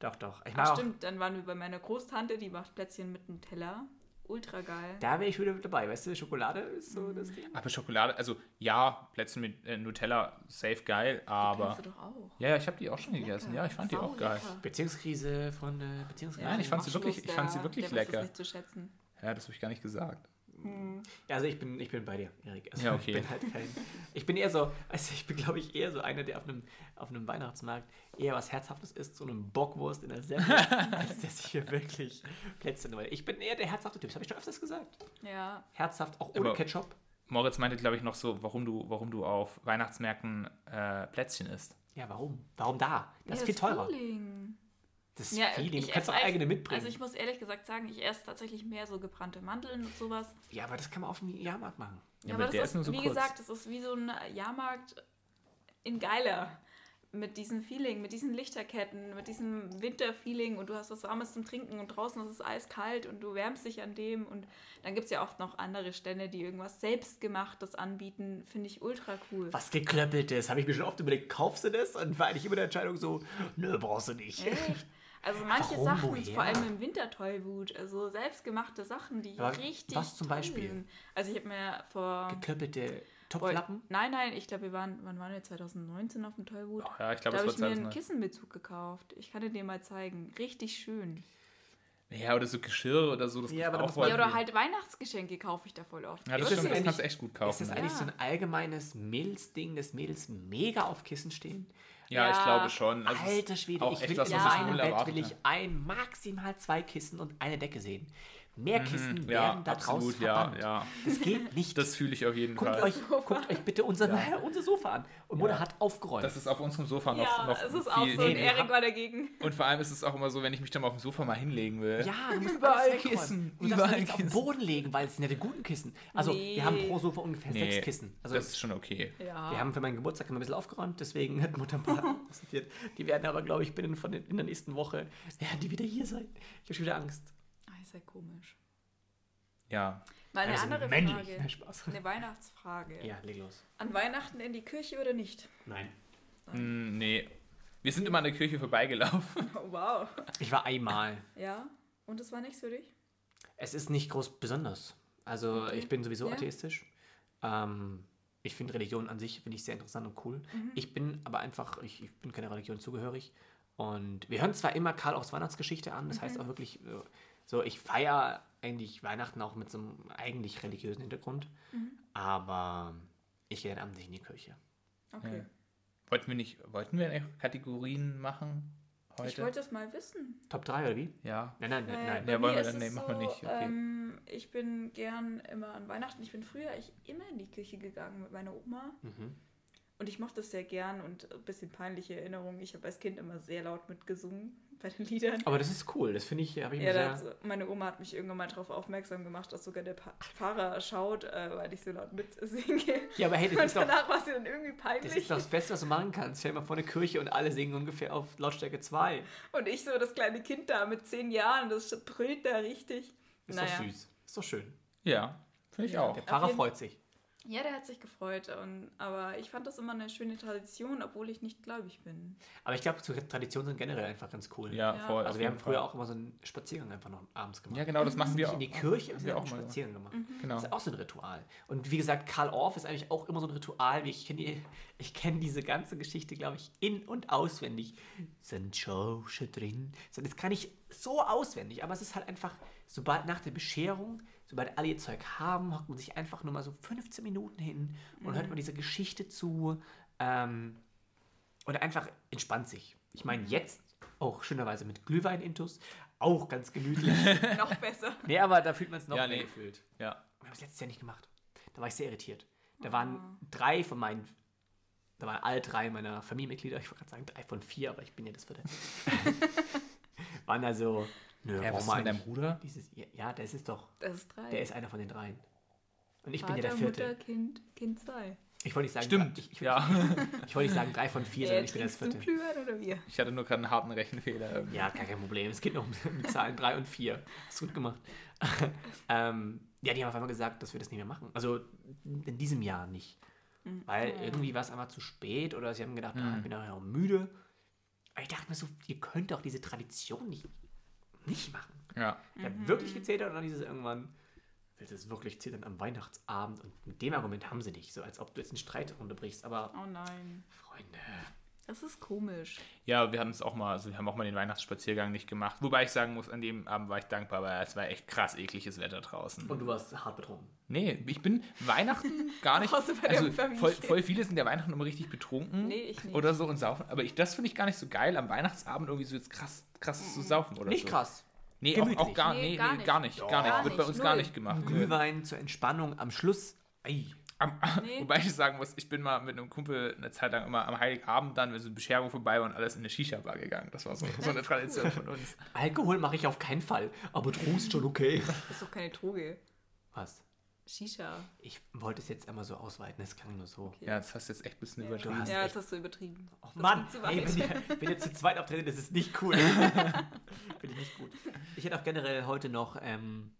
Speaker 4: Doch, doch. Ich
Speaker 2: Ah,
Speaker 4: mag auch,
Speaker 2: stimmt, dann waren wir bei meiner Großtante, die macht Plätzchen mit Nutella. Ultra geil.
Speaker 4: da wäre ich wieder mit dabei, weißt du? Schokolade ist so das Ding.
Speaker 1: Aber Schokolade, also ja, Plätzchen mit äh, Nutella, safe geil, aber.
Speaker 2: Kannst du doch auch.
Speaker 1: Ja, ja, ich habe die auch schon gegessen.
Speaker 2: Lecker.
Speaker 1: Ja, ich fand die
Speaker 2: Sau
Speaker 1: auch geil.
Speaker 2: lecker.
Speaker 4: Beziehungskrise, Freunde, Beziehungskrise.
Speaker 1: Nein, ich fand sie
Speaker 2: Mach
Speaker 1: wirklich-
Speaker 2: Schluss,
Speaker 1: ich fand sie
Speaker 2: der-
Speaker 1: wirklich
Speaker 2: der weiß
Speaker 1: lecker.
Speaker 2: Das nicht zu schätzen.
Speaker 1: Ja, das habe ich gar nicht gesagt.
Speaker 4: Ja, also ich bin, ich bin bei dir, Erik. Also
Speaker 1: Ja, okay.
Speaker 4: Ich bin halt kein. Ich bin eher so, also ich bin, glaube ich, eher so einer, der auf einem, auf einem Weihnachtsmarkt eher was Herzhaftes isst, so eine Bockwurst in der Semmel, als dass ich hier wirklich Plätzchen hole. Ich bin eher der herzhafte Typ, das habe ich schon öfters gesagt.
Speaker 2: Ja,
Speaker 4: Herzhaft, auch ohne
Speaker 1: Aber-
Speaker 4: Ketchup.
Speaker 1: Moritz meinte, glaube ich, noch so, warum du, warum du auf Weihnachtsmärkten äh, Plätzchen isst.
Speaker 4: Ja, warum? Warum da? Das
Speaker 2: Ja,
Speaker 4: ist viel teurer.
Speaker 2: Feeling.
Speaker 4: Das
Speaker 2: Ja,
Speaker 4: Feeling.
Speaker 2: ich
Speaker 4: Du kannst
Speaker 2: esse
Speaker 4: auch
Speaker 2: eigentlich-
Speaker 4: eigene mitbringen.
Speaker 2: Also ich muss ehrlich gesagt sagen, ich esse tatsächlich mehr so gebrannte Mandeln und sowas.
Speaker 4: ja, aber das kann man auf dem Jahrmarkt machen.
Speaker 1: Ja,
Speaker 2: Ja,
Speaker 1: aber
Speaker 2: aber
Speaker 1: der
Speaker 2: das
Speaker 1: ist nur
Speaker 2: ist,
Speaker 1: so
Speaker 2: wie
Speaker 1: kurz.
Speaker 2: gesagt, das ist wie so ein Jahrmarkt in geiler. Mit diesem Feeling, mit diesen Lichterketten, mit diesem Winterfeeling und du hast was Warmes zum Trinken und draußen ist es eiskalt und du wärmst dich an dem und dann gibt es ja oft noch andere Stände, die irgendwas Selbstgemachtes anbieten, finde ich ultra cool.
Speaker 4: Was geklöppeltes. Habe ich mir schon oft überlegt, kaufst du das? Und war eigentlich immer der Entscheidung so, nö, brauchst du nicht.
Speaker 2: Echt? Also manche
Speaker 4: Warum?
Speaker 2: Sachen,
Speaker 4: Woher?
Speaker 2: vor allem im Wintertollwut, also selbstgemachte Sachen, die
Speaker 4: Aber
Speaker 2: richtig
Speaker 4: was zum
Speaker 2: toll
Speaker 4: Beispiel?
Speaker 2: sind. Also ich habe mir vor...
Speaker 4: Geklöppelte
Speaker 2: Boah,
Speaker 4: Topflappen.
Speaker 2: Nein, nein, ich glaube, wir waren, wann waren wir? 2019 auf dem Tollwut?
Speaker 1: Ja, ich glaube, es
Speaker 2: da habe
Speaker 1: war
Speaker 2: ich mir einen
Speaker 1: 2009.
Speaker 2: Kissenbezug gekauft. Ich kann dir den mal zeigen. Richtig schön.
Speaker 1: Ja, oder so Geschirr oder so. Das
Speaker 4: Ja, aber da
Speaker 1: gibt's
Speaker 4: muss
Speaker 1: voll
Speaker 4: man-
Speaker 2: Ja, oder
Speaker 1: viel.
Speaker 2: halt Weihnachtsgeschenke kaufe ich da voll oft.
Speaker 1: Ja, das stimmt,
Speaker 4: Ist das
Speaker 1: das
Speaker 4: eigentlich-
Speaker 1: kannst du echt gut
Speaker 4: Ist
Speaker 1: kaufen.
Speaker 4: das
Speaker 1: ne?
Speaker 4: eigentlich
Speaker 2: Ja.
Speaker 4: so ein allgemeines Mädelsding, dass Mädels mega auf Kissen stehen?
Speaker 1: Ja, ich
Speaker 2: Ja.
Speaker 1: glaube schon. Also es ist
Speaker 4: Alter Schwede,
Speaker 1: auch
Speaker 4: ich
Speaker 1: echt
Speaker 4: will
Speaker 1: was,
Speaker 4: in
Speaker 1: was ich
Speaker 4: meinem
Speaker 1: null
Speaker 4: Bett
Speaker 1: erwartet
Speaker 4: will ich
Speaker 1: habe.
Speaker 4: ein, maximal zwei Kissen und eine Decke sehen. Mehr
Speaker 1: Mhm.
Speaker 4: Kisten
Speaker 1: Ja,
Speaker 4: werden da
Speaker 1: absolut,
Speaker 4: draußen
Speaker 1: ja,
Speaker 4: verbannt.
Speaker 1: ja.
Speaker 4: Das geht nicht.
Speaker 1: Das fühle ich auf jeden
Speaker 4: guckt,
Speaker 1: Fall.
Speaker 4: euch, guckt euch bitte unser, unser Sofa an. Und Mona hat aufgeräumt.
Speaker 1: Das ist auf unserem Sofa noch,
Speaker 2: ja,
Speaker 1: noch
Speaker 2: es ist auch so. Und
Speaker 1: nee,
Speaker 2: Erik war dagegen.
Speaker 1: Und vor allem ist es auch immer so, wenn ich mich dann mal auf dem Sofa mal hinlegen will.
Speaker 4: Ja, du musst
Speaker 1: Überall
Speaker 4: alles wegräumen.
Speaker 1: Kissen,
Speaker 4: Du darfst
Speaker 1: überall
Speaker 4: ja nichts auf den
Speaker 1: Kissen.
Speaker 4: Boden legen, weil es sind ja die guten Kissen. Also,
Speaker 2: Nee. Ah.
Speaker 4: wir haben pro Sofa ungefähr
Speaker 1: Nee,
Speaker 4: sechs Kissen. Also,
Speaker 1: das ist schon okay.
Speaker 2: Ja.
Speaker 4: wir haben für meinen Geburtstag immer ein bisschen aufgeräumt, deswegen hat Mutter ein paar präsentiert. Die werden aber, glaube ich, binnen von den, in der nächsten Woche, werden die wieder hier sein. Ich habe schon wieder Angst.
Speaker 2: Ah, ist ja komisch.
Speaker 1: Ja. ne?
Speaker 2: Mal eine
Speaker 4: Also
Speaker 2: andere
Speaker 4: männlich.
Speaker 2: Frage.
Speaker 4: Nein, Spaß.
Speaker 2: Eine Weihnachtsfrage.
Speaker 4: Ja, leg los.
Speaker 2: An Weihnachten in die Kirche oder nicht?
Speaker 4: Nein.
Speaker 1: Hm, nee. Wir sind immer an der Kirche vorbeigelaufen.
Speaker 2: Oh, wow.
Speaker 4: Ich war einmal.
Speaker 2: Ja. Und es war nichts für dich?
Speaker 4: Es ist nicht groß besonders. Also ich bin sowieso
Speaker 2: Ja.
Speaker 4: atheistisch. Ähm, ich finde Religion an sich finde ich sehr interessant und cool.
Speaker 2: Mhm.
Speaker 4: Ich bin aber einfach, ich, ich bin keiner Religion zugehörig. Und wir hören zwar immer Karl Orffs Weihnachtsgeschichte an, das
Speaker 2: Mhm.
Speaker 4: heißt auch wirklich äh, so, ich feiere eigentlich Weihnachten auch mit so einem eigentlich religiösen Hintergrund.
Speaker 2: Mhm.
Speaker 4: Aber ich gehe dann abends nicht in die Kirche.
Speaker 2: Okay.
Speaker 1: Ja. Wollten wir nicht, wollten wir eigentlich Kategorien machen heute?
Speaker 2: Ich wollte das mal wissen.
Speaker 4: Top 3 oder wie?
Speaker 1: ja.
Speaker 4: Nein, nein,
Speaker 2: Weil
Speaker 4: Äh, nein, nein.
Speaker 2: bei
Speaker 1: Ja, wollen
Speaker 2: mir
Speaker 1: wir
Speaker 2: ist
Speaker 1: dann-
Speaker 2: es
Speaker 1: nee, machen wir nicht, okay.
Speaker 2: Ähm, ich bin gern immer an Weihnachten. Ich bin früher echt immer in die Kirche gegangen mit meiner Oma.
Speaker 4: Mhm.
Speaker 2: Und ich mochte es sehr gern und ein bisschen peinliche Erinnerung. Ich habe als Kind immer sehr laut mitgesungen bei den Liedern.
Speaker 4: Aber das ist cool, das finde ich, habe ich mir
Speaker 2: Ja,
Speaker 4: sehr...
Speaker 2: das, meine Oma hat mich irgendwann mal darauf aufmerksam gemacht, dass sogar der pa Pfarrer schaut, äh, weil ich so laut mitsinge.
Speaker 4: Ja, aber hey, das
Speaker 2: und
Speaker 4: ist doch-
Speaker 2: danach war es ihr dann irgendwie
Speaker 4: Das
Speaker 2: peinlich.
Speaker 4: ist doch das Beste, was du machen kannst. Stell dir mal vor eine Kirche und alle singen ungefähr auf Lautstärke 2.
Speaker 2: Und ich so, das kleine Kind da mit zehn Jahren, das brüllt da richtig.
Speaker 4: Ist
Speaker 2: naja.
Speaker 4: doch süß. Ist doch schön.
Speaker 1: Ja, finde ich auch.
Speaker 4: Der Pfarrer
Speaker 2: jeden-
Speaker 4: freut sich.
Speaker 2: Ja, der hat sich gefreut. Und, aber ich fand das immer eine schöne Tradition, obwohl ich nicht gläubig bin.
Speaker 4: Aber ich glaube, so Traditionen sind generell einfach ganz cool.
Speaker 1: Ja,
Speaker 2: Ja.
Speaker 1: voll. auf
Speaker 4: Also wir
Speaker 1: jeden
Speaker 4: haben früher
Speaker 1: Fall.
Speaker 4: auch immer so einen Spaziergang einfach noch abends gemacht.
Speaker 1: Ja, genau, das machen wir
Speaker 4: Nicht
Speaker 1: auch.
Speaker 4: in die Kirche, aber
Speaker 1: haben
Speaker 4: wir
Speaker 1: wir
Speaker 4: haben
Speaker 1: auch
Speaker 4: einen
Speaker 1: mal gemacht.
Speaker 4: Spaziergang gemacht.
Speaker 1: Genau.
Speaker 4: Das ist auch so ein Ritual. Und wie gesagt, Karl Orff ist eigentlich auch immer so ein Ritual. wie Ich kenne die- ich kenn diese ganze Geschichte, glaube ich, in- und auswendig. Sind Schausche drin? So, Das kann ich so auswendig, aber es ist halt einfach, sobald nach der Bescherung, sobald alle ihr Zeug haben, hockt man sich einfach nur mal so 15 Minuten hin und hört man dieser Geschichte zu. Ähm, und einfach entspannt sich. Ich meine, jetzt auch schönerweise mit Glühwein-Intus, auch ganz gemütlich.
Speaker 2: Noch besser.
Speaker 4: nee, aber da fühlt man es noch
Speaker 1: Ja,
Speaker 4: mehr
Speaker 1: nee.
Speaker 4: gefühlt.
Speaker 1: Ja.
Speaker 4: Wir haben es letztes Jahr nicht gemacht. Da war ich sehr irritiert. Da waren drei von meinen, da waren alle drei meiner Familienmitglieder, ich wollte gerade sagen drei von vier, aber ich bin ja das vierte. waren da so, nö,
Speaker 1: Ja, was
Speaker 4: warum
Speaker 1: ist mit deinem
Speaker 4: eigentlich?
Speaker 1: Bruder?
Speaker 4: Dieses, ja, das ist doch,
Speaker 2: Das ist drei.
Speaker 4: der ist einer von den dreien. Und ich bin ja
Speaker 2: Vater,
Speaker 4: der vierte.
Speaker 2: Mutter, Kind, Kind zwei.
Speaker 4: Ich wollte nicht sagen,
Speaker 1: Stimmt.
Speaker 4: ich, ich,
Speaker 1: ja.
Speaker 4: ich wollte nicht sagen drei von vier,
Speaker 2: Äh,
Speaker 4: sondern ich bin das
Speaker 2: trinkst du
Speaker 4: vierte.
Speaker 2: Glühwein oder wir?
Speaker 1: Ich hatte nur gerade einen harten Rechenfehler. irgendwie.
Speaker 4: Ja, gar kein Problem. Es geht noch um die Zahlen 3 und 4. Hast gut gemacht. ähm, ja, die haben auf einmal gesagt, dass wir das nicht mehr machen. Also in diesem Jahr nicht. Weil irgendwie war es einmal zu spät oder sie haben gedacht, ah, ich bin auch müde. Aber ich dachte mir so, ihr könnt doch diese Tradition nicht, nicht machen.
Speaker 1: Ja.
Speaker 4: Ich habe wirklich gezetert und dann hieß es irgendwann, willst du es wirklich zetern am Weihnachtsabend? Und mit dem Argument haben sie dich, so als ob du jetzt einen Streit runterbrichst. Aber
Speaker 2: Oh nein.
Speaker 4: Freunde,
Speaker 2: Das ist komisch.
Speaker 1: Ja, wir haben es auch mal, also wir haben auch mal den Weihnachtsspaziergang nicht gemacht. Wobei ich sagen muss, an dem Abend war ich dankbar, weil es war echt krass ekliges Wetter draußen.
Speaker 4: und du warst hart betrunken.
Speaker 1: nee, ich bin Weihnachten gar nicht.
Speaker 2: Hause bei der
Speaker 1: Also
Speaker 2: Familie.
Speaker 1: voll, voll viele sind ja Weihnachten immer richtig betrunken
Speaker 2: Nee, ich nicht.
Speaker 1: oder so und saufen. Aber ich, das finde ich gar nicht so geil, am Weihnachtsabend irgendwie so jetzt krass, krass
Speaker 2: Mhm.
Speaker 1: zu saufen oder
Speaker 4: Nicht
Speaker 1: so.
Speaker 4: krass.
Speaker 1: Nee, auch, auch
Speaker 4: Gemütlich.
Speaker 1: gar,
Speaker 2: Nee,
Speaker 1: nee, nee,
Speaker 2: gar
Speaker 1: gar
Speaker 2: nicht.
Speaker 1: nicht. Gar nicht.
Speaker 2: Gar
Speaker 1: Wird bei
Speaker 2: nicht,
Speaker 1: uns gar
Speaker 2: null. Mhm.
Speaker 1: nicht gemacht.
Speaker 4: Glühwein zur Entspannung am Schluss. Ei.
Speaker 1: Am,
Speaker 2: Nee.
Speaker 1: Wobei ich sagen muss, ich bin mal mit einem Kumpel eine Zeit lang immer am Heiligabend dann, wenn so eine Bescherung vorbei war und alles in eine Shisha-Bar gegangen. Das war so, so eine Tradition von uns.
Speaker 4: Alkohol mache ich auf keinen Fall, aber Trost schon okay.
Speaker 2: Das ist doch keine Droge.
Speaker 4: Was?
Speaker 2: Shisha.
Speaker 4: Ich wollte es jetzt einmal so ausweiten, das klang nur so.
Speaker 1: Ja, das hast du jetzt echt ein bisschen
Speaker 4: Du
Speaker 1: übertrieben.
Speaker 4: hast
Speaker 2: Ja,
Speaker 4: echt-
Speaker 2: das hast du übertrieben.
Speaker 4: Oh Mann,
Speaker 2: zu
Speaker 4: ey,
Speaker 2: weit.
Speaker 4: wenn, ihr, wenn ihr zu zweit auftreten, das ist nicht cool. Finde ich nicht gut. Ich hätte auch generell heute noch, ähm,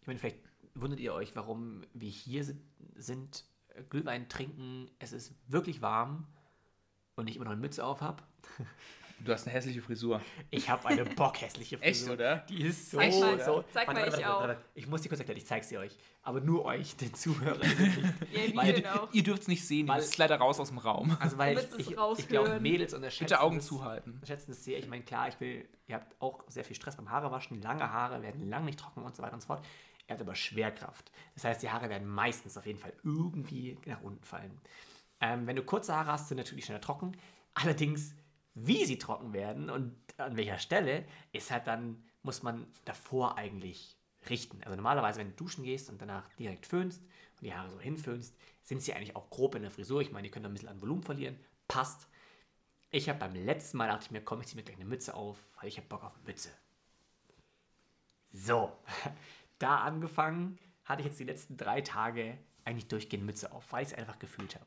Speaker 4: ich meine, vielleicht wundert ihr euch, warum wir hier si- sind, äh, Glühwein trinken, es ist wirklich warm und ich immer noch eine Mütze auf habe.
Speaker 1: Du hast eine hässliche Frisur.
Speaker 4: Ich habe eine bockhässliche
Speaker 1: Echt,
Speaker 4: Frisur.
Speaker 1: oder?
Speaker 4: Die ist so.
Speaker 2: Zeig mal,
Speaker 4: so.
Speaker 2: zeig mal, ich auch.
Speaker 4: Ich muss die kurz erklären, ich zeig's dir euch. Aber nur euch, den Zuhörern.
Speaker 2: Ja, wie
Speaker 4: Weil-
Speaker 2: denn auch?
Speaker 1: Ihr dürft es nicht sehen, ihr
Speaker 4: Weil-
Speaker 1: müsst leider raus aus dem Raum.
Speaker 4: Also, weil
Speaker 2: Du
Speaker 4: ich,
Speaker 2: willst es
Speaker 4: ich, ich
Speaker 2: raushören.
Speaker 4: glaube, Mädels unterschätzen.
Speaker 1: Bitte Augen
Speaker 4: das-
Speaker 1: zuhalten.
Speaker 4: Unterschätzen das sehr. Ich meine, klar, ich will, ihr habt auch sehr viel Stress beim Haarewaschen. Lange Haare werden lang nicht trocken und so weiter und so fort. Ihr habt aber Schwerkraft. Das heißt, die Haare werden meistens auf jeden Fall irgendwie nach unten fallen. Ähm, wenn du kurze Haare hast, sind natürlich schneller trocken. Allerdings, wie sie trocken werden und an welcher Stelle, ist halt dann, muss man davor eigentlich richten. Also normalerweise, wenn du duschen gehst und danach direkt föhnst und die Haare so hinföhnst, sind sie eigentlich auch grob in der Frisur. Ich meine, die können da ein bisschen an Volumen verlieren. Passt. Ich habe beim letzten Mal dachte ich mir, komm, ich ziehe mir gleich eine Mütze auf, weil ich habe Bock auf eine Mütze. So, da angefangen hatte ich jetzt die letzten drei Tage eigentlich durchgehend Mütze auf, weil ich es einfach gefühlt habe.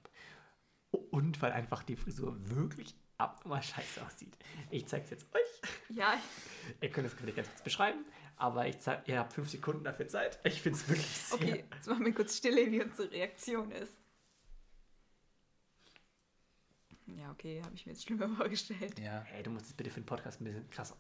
Speaker 4: Und weil einfach die Frisur wirklich abnormal scheiße aussieht. Ich zeig's jetzt euch.
Speaker 2: Ja, ich-
Speaker 4: Ihr könnt es natürlich ganz kurz beschreiben, aber ich zeig, ihr habt fünf Sekunden dafür Zeit. Ich find's wirklich sehr...
Speaker 2: okay, jetzt machen wir kurz stille, wie unsere Reaktion ist. Ja, okay, habe ich mir jetzt schlimmer vorgestellt.
Speaker 1: Ja.
Speaker 4: Hey, du musst es bitte für den Podcast ein bisschen krasser.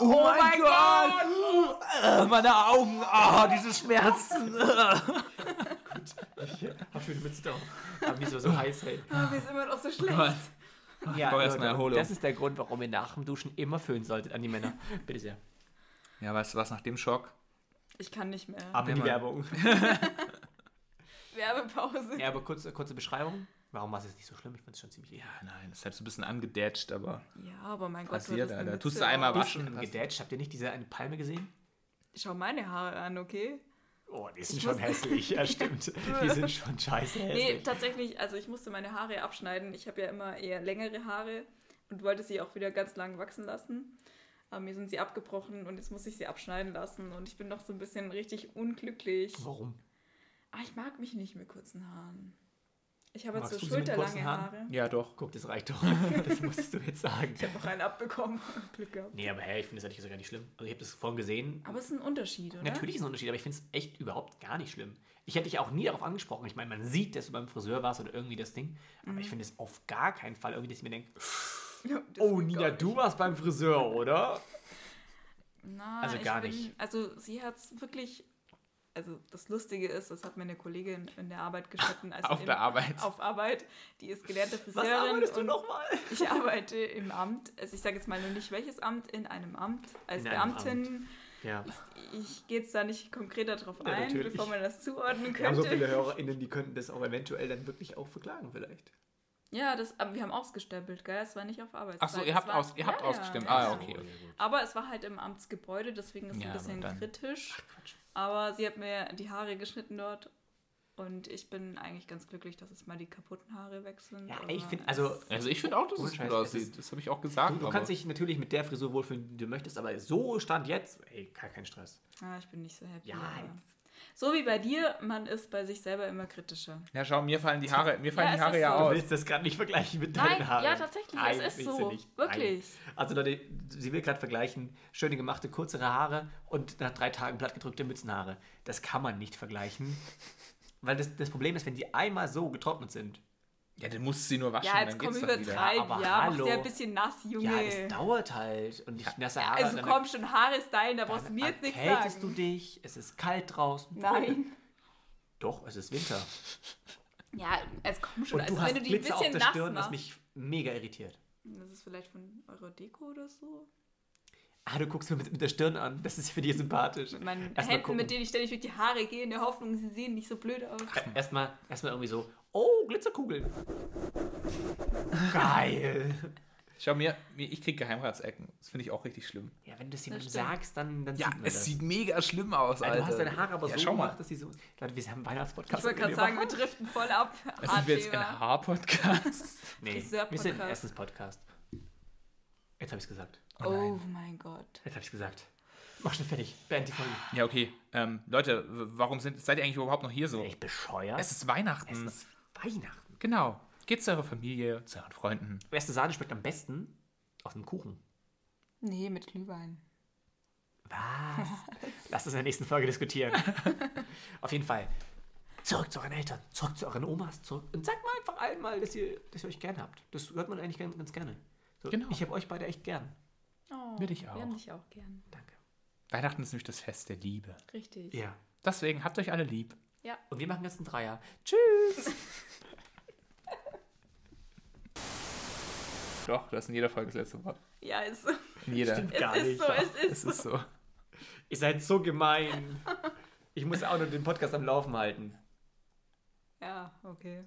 Speaker 1: Oh, mein Gott!
Speaker 4: Äh, meine Augen, ah, diese Schmerzen. Gut, ich hab für die Mütze drauf. Aber mir ist aber so heiß, hey.
Speaker 2: Aber mir ist immer noch so schlecht.
Speaker 4: Ja,
Speaker 1: brauch erst mal
Speaker 4: Leute,
Speaker 1: Erholung.
Speaker 4: Das ist der Grund, warum ihr nach dem Duschen immer föhnen solltet an die Männer. Bitte sehr.
Speaker 1: Ja, weißt du was, nach dem Schock?
Speaker 2: Ich kann nicht mehr.
Speaker 4: Ab in die
Speaker 1: Mann.
Speaker 4: Werbung.
Speaker 2: Werbepause.
Speaker 4: Ja, aber kurze, kurze Beschreibung. Warum war es jetzt nicht so schlimm? Ich fand es schon ziemlich eklig.
Speaker 1: Ah, Nein, das ist halt so ein bisschen angedatscht, aber
Speaker 2: Ja, aber mein Gott,
Speaker 1: passiert,
Speaker 2: hattest eine
Speaker 1: Alter.
Speaker 2: Mütze
Speaker 1: Tust du einmal
Speaker 2: auf.
Speaker 1: waschen. passt.
Speaker 4: Gedatscht. Habt ihr nicht diese eine Palme gesehen?
Speaker 2: Schau meine Haare an, okay?
Speaker 4: Oh, die sind
Speaker 2: Ich
Speaker 4: schon
Speaker 2: muss-
Speaker 4: hässlich. Ja, stimmt. Die sind schon scheiße
Speaker 2: Nee,
Speaker 4: hässlich.
Speaker 2: tatsächlich, also ich musste meine Haare abschneiden. Ich habe ja immer eher längere Haare und wollte sie auch wieder ganz lang wachsen lassen. Aber mir sind sie abgebrochen und jetzt muss ich sie abschneiden lassen und ich bin noch so ein bisschen richtig unglücklich.
Speaker 4: Warum?
Speaker 2: Aber ich mag mich nicht mit kurzen Haaren. Ich habe jetzt
Speaker 4: Magst du
Speaker 2: so
Speaker 4: sie mit
Speaker 2: schulterlange
Speaker 4: kurzen Haaren?
Speaker 2: Haare.
Speaker 1: Ja, doch.
Speaker 4: Guck, das reicht doch. Das musstest du jetzt sagen.
Speaker 2: Ich habe noch einen abbekommen. Glück gehabt.
Speaker 4: Nee, aber hey, ich finde das eigentlich sogar nicht schlimm. Also ich habe das vorhin gesehen.
Speaker 2: Aber es ist ein Unterschied, oder?
Speaker 4: Natürlich ist ein Unterschied, aber ich finde es echt überhaupt gar nicht schlimm. Ich hätte dich auch nie darauf angesprochen. Ich meine, man sieht, dass du beim Friseur warst oder irgendwie das Ding. Aber
Speaker 2: Mhm.
Speaker 4: ich finde es auf gar keinen Fall irgendwie, dass ich mir denke,
Speaker 2: Das
Speaker 4: oh
Speaker 2: geht gar
Speaker 4: Nina,
Speaker 2: nicht.
Speaker 4: du warst beim Friseur, oder?
Speaker 2: Na,
Speaker 4: Also
Speaker 2: ich
Speaker 4: gar
Speaker 2: bin,
Speaker 4: nicht.
Speaker 2: Also sie hat es wirklich. Also das Lustige ist, das hat mir eine Kollegin in der Arbeit geschnitten. Also
Speaker 1: Auf
Speaker 2: in-
Speaker 1: der Arbeit.
Speaker 2: Auf Arbeit. Die ist gelernte
Speaker 4: Was
Speaker 2: Friseurin.
Speaker 4: arbeitest du
Speaker 2: und
Speaker 4: nochmal?
Speaker 2: Ich arbeite im Amt. Also ich sage jetzt mal nur nicht welches Amt, in einem Amt. Als
Speaker 4: In einem
Speaker 2: Beamtin.
Speaker 4: Ja.
Speaker 2: Ich, ich gehe jetzt da nicht konkreter drauf
Speaker 4: Ja,
Speaker 2: ein,
Speaker 4: natürlich.
Speaker 2: bevor man das zuordnen
Speaker 4: Wir haben so
Speaker 2: könnte.
Speaker 4: viele HörerInnen, die könnten das auch eventuell dann wirklich auch verklagen, vielleicht.
Speaker 2: ja, das, aber wir haben ausgestempelt, gell? Es war nicht auf Arbeit.
Speaker 1: Ach so, ihr habt, aus, ihr habt
Speaker 2: ja,
Speaker 1: ausgestimmt.
Speaker 2: Ja.
Speaker 1: Ah, ja, okay. okay.
Speaker 2: Aber es war halt im Amtsgebäude, deswegen ist es
Speaker 1: Ja,
Speaker 2: ein
Speaker 1: aber
Speaker 2: bisschen
Speaker 1: dann-
Speaker 2: kritisch. aber sie hat mir die Haare geschnitten dort. Und ich bin eigentlich ganz glücklich, dass jetzt mal die kaputten Haare weg sind.
Speaker 4: Ja,
Speaker 2: aber
Speaker 4: ich finde,
Speaker 2: es-
Speaker 4: also.
Speaker 1: Also ich finde auch, dass
Speaker 4: Ohne
Speaker 1: es
Speaker 4: Scheiß,
Speaker 1: gut
Speaker 4: es
Speaker 1: aussieht.
Speaker 4: ist-
Speaker 1: Das habe ich auch gesagt.
Speaker 4: Du, du
Speaker 1: aber-
Speaker 4: kannst dich natürlich mit der Frisur wohlfühlen, die du möchtest, aber so stand jetzt, ey, gar kein Stress.
Speaker 2: Ah, ich bin nicht so happy.
Speaker 4: Ja,
Speaker 2: aber-
Speaker 4: jetzt.
Speaker 2: So wie bei dir, man ist bei sich selber immer kritischer.
Speaker 1: Ja, schau, mir fallen die Haare, mir fallen
Speaker 2: Ja,
Speaker 1: die
Speaker 2: es
Speaker 1: Haare
Speaker 2: ist
Speaker 1: ja
Speaker 2: so.
Speaker 1: aus.
Speaker 4: das gerade nicht vergleichen mit
Speaker 2: Nein, ja, tatsächlich,
Speaker 4: Nein,
Speaker 2: es ist
Speaker 4: willst du
Speaker 2: so.
Speaker 4: nicht.
Speaker 2: Wirklich.
Speaker 4: Nein. Also Leute, sie will gerade vergleichen, schöne gemachte, kürzere Haare und nach drei Tagen plattgedrückte Mützenhaare. Das kann man nicht vergleichen. Weil das, das Problem ist, wenn die einmal so getrocknet sind,
Speaker 1: Ja, dann musst du sie nur waschen,
Speaker 2: Ja,
Speaker 1: dann
Speaker 2: jetzt komm
Speaker 1: geht's dann wieder.
Speaker 2: übertreiben.
Speaker 4: aber
Speaker 2: Ja, mach
Speaker 4: hallo.
Speaker 2: dir ein bisschen nass,
Speaker 4: ja,
Speaker 2: Junge.
Speaker 4: das dauert halt. Und ich nasse Haare.
Speaker 2: also
Speaker 4: dann
Speaker 2: komm schon, Haare stylen, da brauchst du mir jetzt nichts
Speaker 4: erkältest
Speaker 2: sagen.
Speaker 4: du dich, es ist kalt draußen.
Speaker 2: Nein.
Speaker 4: Doch, es ist Winter.
Speaker 2: Ja, jetzt komm schon,
Speaker 4: Und
Speaker 2: also
Speaker 4: du hast
Speaker 2: wenn du die ein
Speaker 4: Glitzer auf
Speaker 2: bisschen
Speaker 4: der
Speaker 2: nass
Speaker 4: Stirn, was
Speaker 2: machst.
Speaker 4: mich mega irritiert.
Speaker 2: Das ist vielleicht von eurer Deko oder so.
Speaker 4: Ah, du guckst mir mit, mit der Stirn an. Das ist für dich sympathisch.
Speaker 2: Mit meinen
Speaker 4: Erstmal
Speaker 2: Händen,
Speaker 4: gucken.
Speaker 2: mit denen ich ständig durch die Haare gehe, in der Hoffnung, sie sehen nicht so blöd aus.
Speaker 4: Ä- Erstmal erstmal irgendwie so, oh, Glitzerkugel. Geil.
Speaker 1: Schau, mir, mir, ich krieg Geheimratsecken. Das finde ich auch richtig schlimm.
Speaker 4: Ja, wenn du es jemandem
Speaker 2: Das stimmt.
Speaker 4: sagst, dann, dann sieht man das.
Speaker 1: mega schlimm aus,
Speaker 4: Alter, du hast deine Haare aber
Speaker 1: ja,
Speaker 4: so
Speaker 1: schau mal.
Speaker 4: gemacht, dass sie so... Leute, wir haben einen Weihnachtspodcast.
Speaker 2: Ich wollte gerade sagen, wir driften voll ab.
Speaker 1: Also sind wir jetzt
Speaker 2: Hardleber.
Speaker 1: ein Haar-Podcast?
Speaker 4: nee, wir
Speaker 2: Friseur-Podcast.
Speaker 4: sind ein Essenspodcast. Jetzt habe ich es gesagt.
Speaker 2: Oh mein Gott.
Speaker 4: Jetzt habe ich es gesagt. Mach schnell fertig. Beend die Folge.
Speaker 1: ja, okay. Ähm, Leute, w- warum sind, seid ihr eigentlich überhaupt noch hier so?
Speaker 4: Echt bescheuert.
Speaker 1: Es ist Weihnachten.
Speaker 4: Es ist Weihnachten.
Speaker 1: Genau. Geht zu eurer Familie, zu euren Freunden.
Speaker 4: Erste Sahne schmeckt am besten aus dem Kuchen.
Speaker 2: Nee, mit Glühwein.
Speaker 4: Was? Lasst uns in der nächsten Folge diskutieren. Auf jeden Fall. Zurück zu euren Eltern, zurück zu euren Omas, zurück. Und sagt mal einfach allen mal, dass ihr, dass ihr euch gern habt. Das hört man eigentlich ganz, ganz gerne. So,
Speaker 1: Genau.
Speaker 4: Ich habe euch beide echt gern.
Speaker 2: Oh,
Speaker 1: Will ich
Speaker 2: Wir
Speaker 1: auch.
Speaker 2: haben dich auch gern.
Speaker 4: Danke.
Speaker 1: Weihnachten ist nämlich das Fest der Liebe.
Speaker 2: Richtig.
Speaker 4: Ja.
Speaker 1: Deswegen habt euch alle lieb.
Speaker 2: ja.
Speaker 4: Und wir machen jetzt einen Dreier. Tschüss.
Speaker 1: Doch, du hast in jeder Folge das letzte Wort.
Speaker 2: Ja, ist so.
Speaker 1: In jeder.
Speaker 4: Stimmt.
Speaker 2: Es
Speaker 4: Gar
Speaker 2: ist
Speaker 4: nicht
Speaker 2: so,
Speaker 4: wahr.
Speaker 2: es ist
Speaker 1: Es
Speaker 2: so.
Speaker 1: ist so.
Speaker 4: ihr seid so gemein. Ich muss auch nur den Podcast am Laufen halten.
Speaker 2: Ja, okay.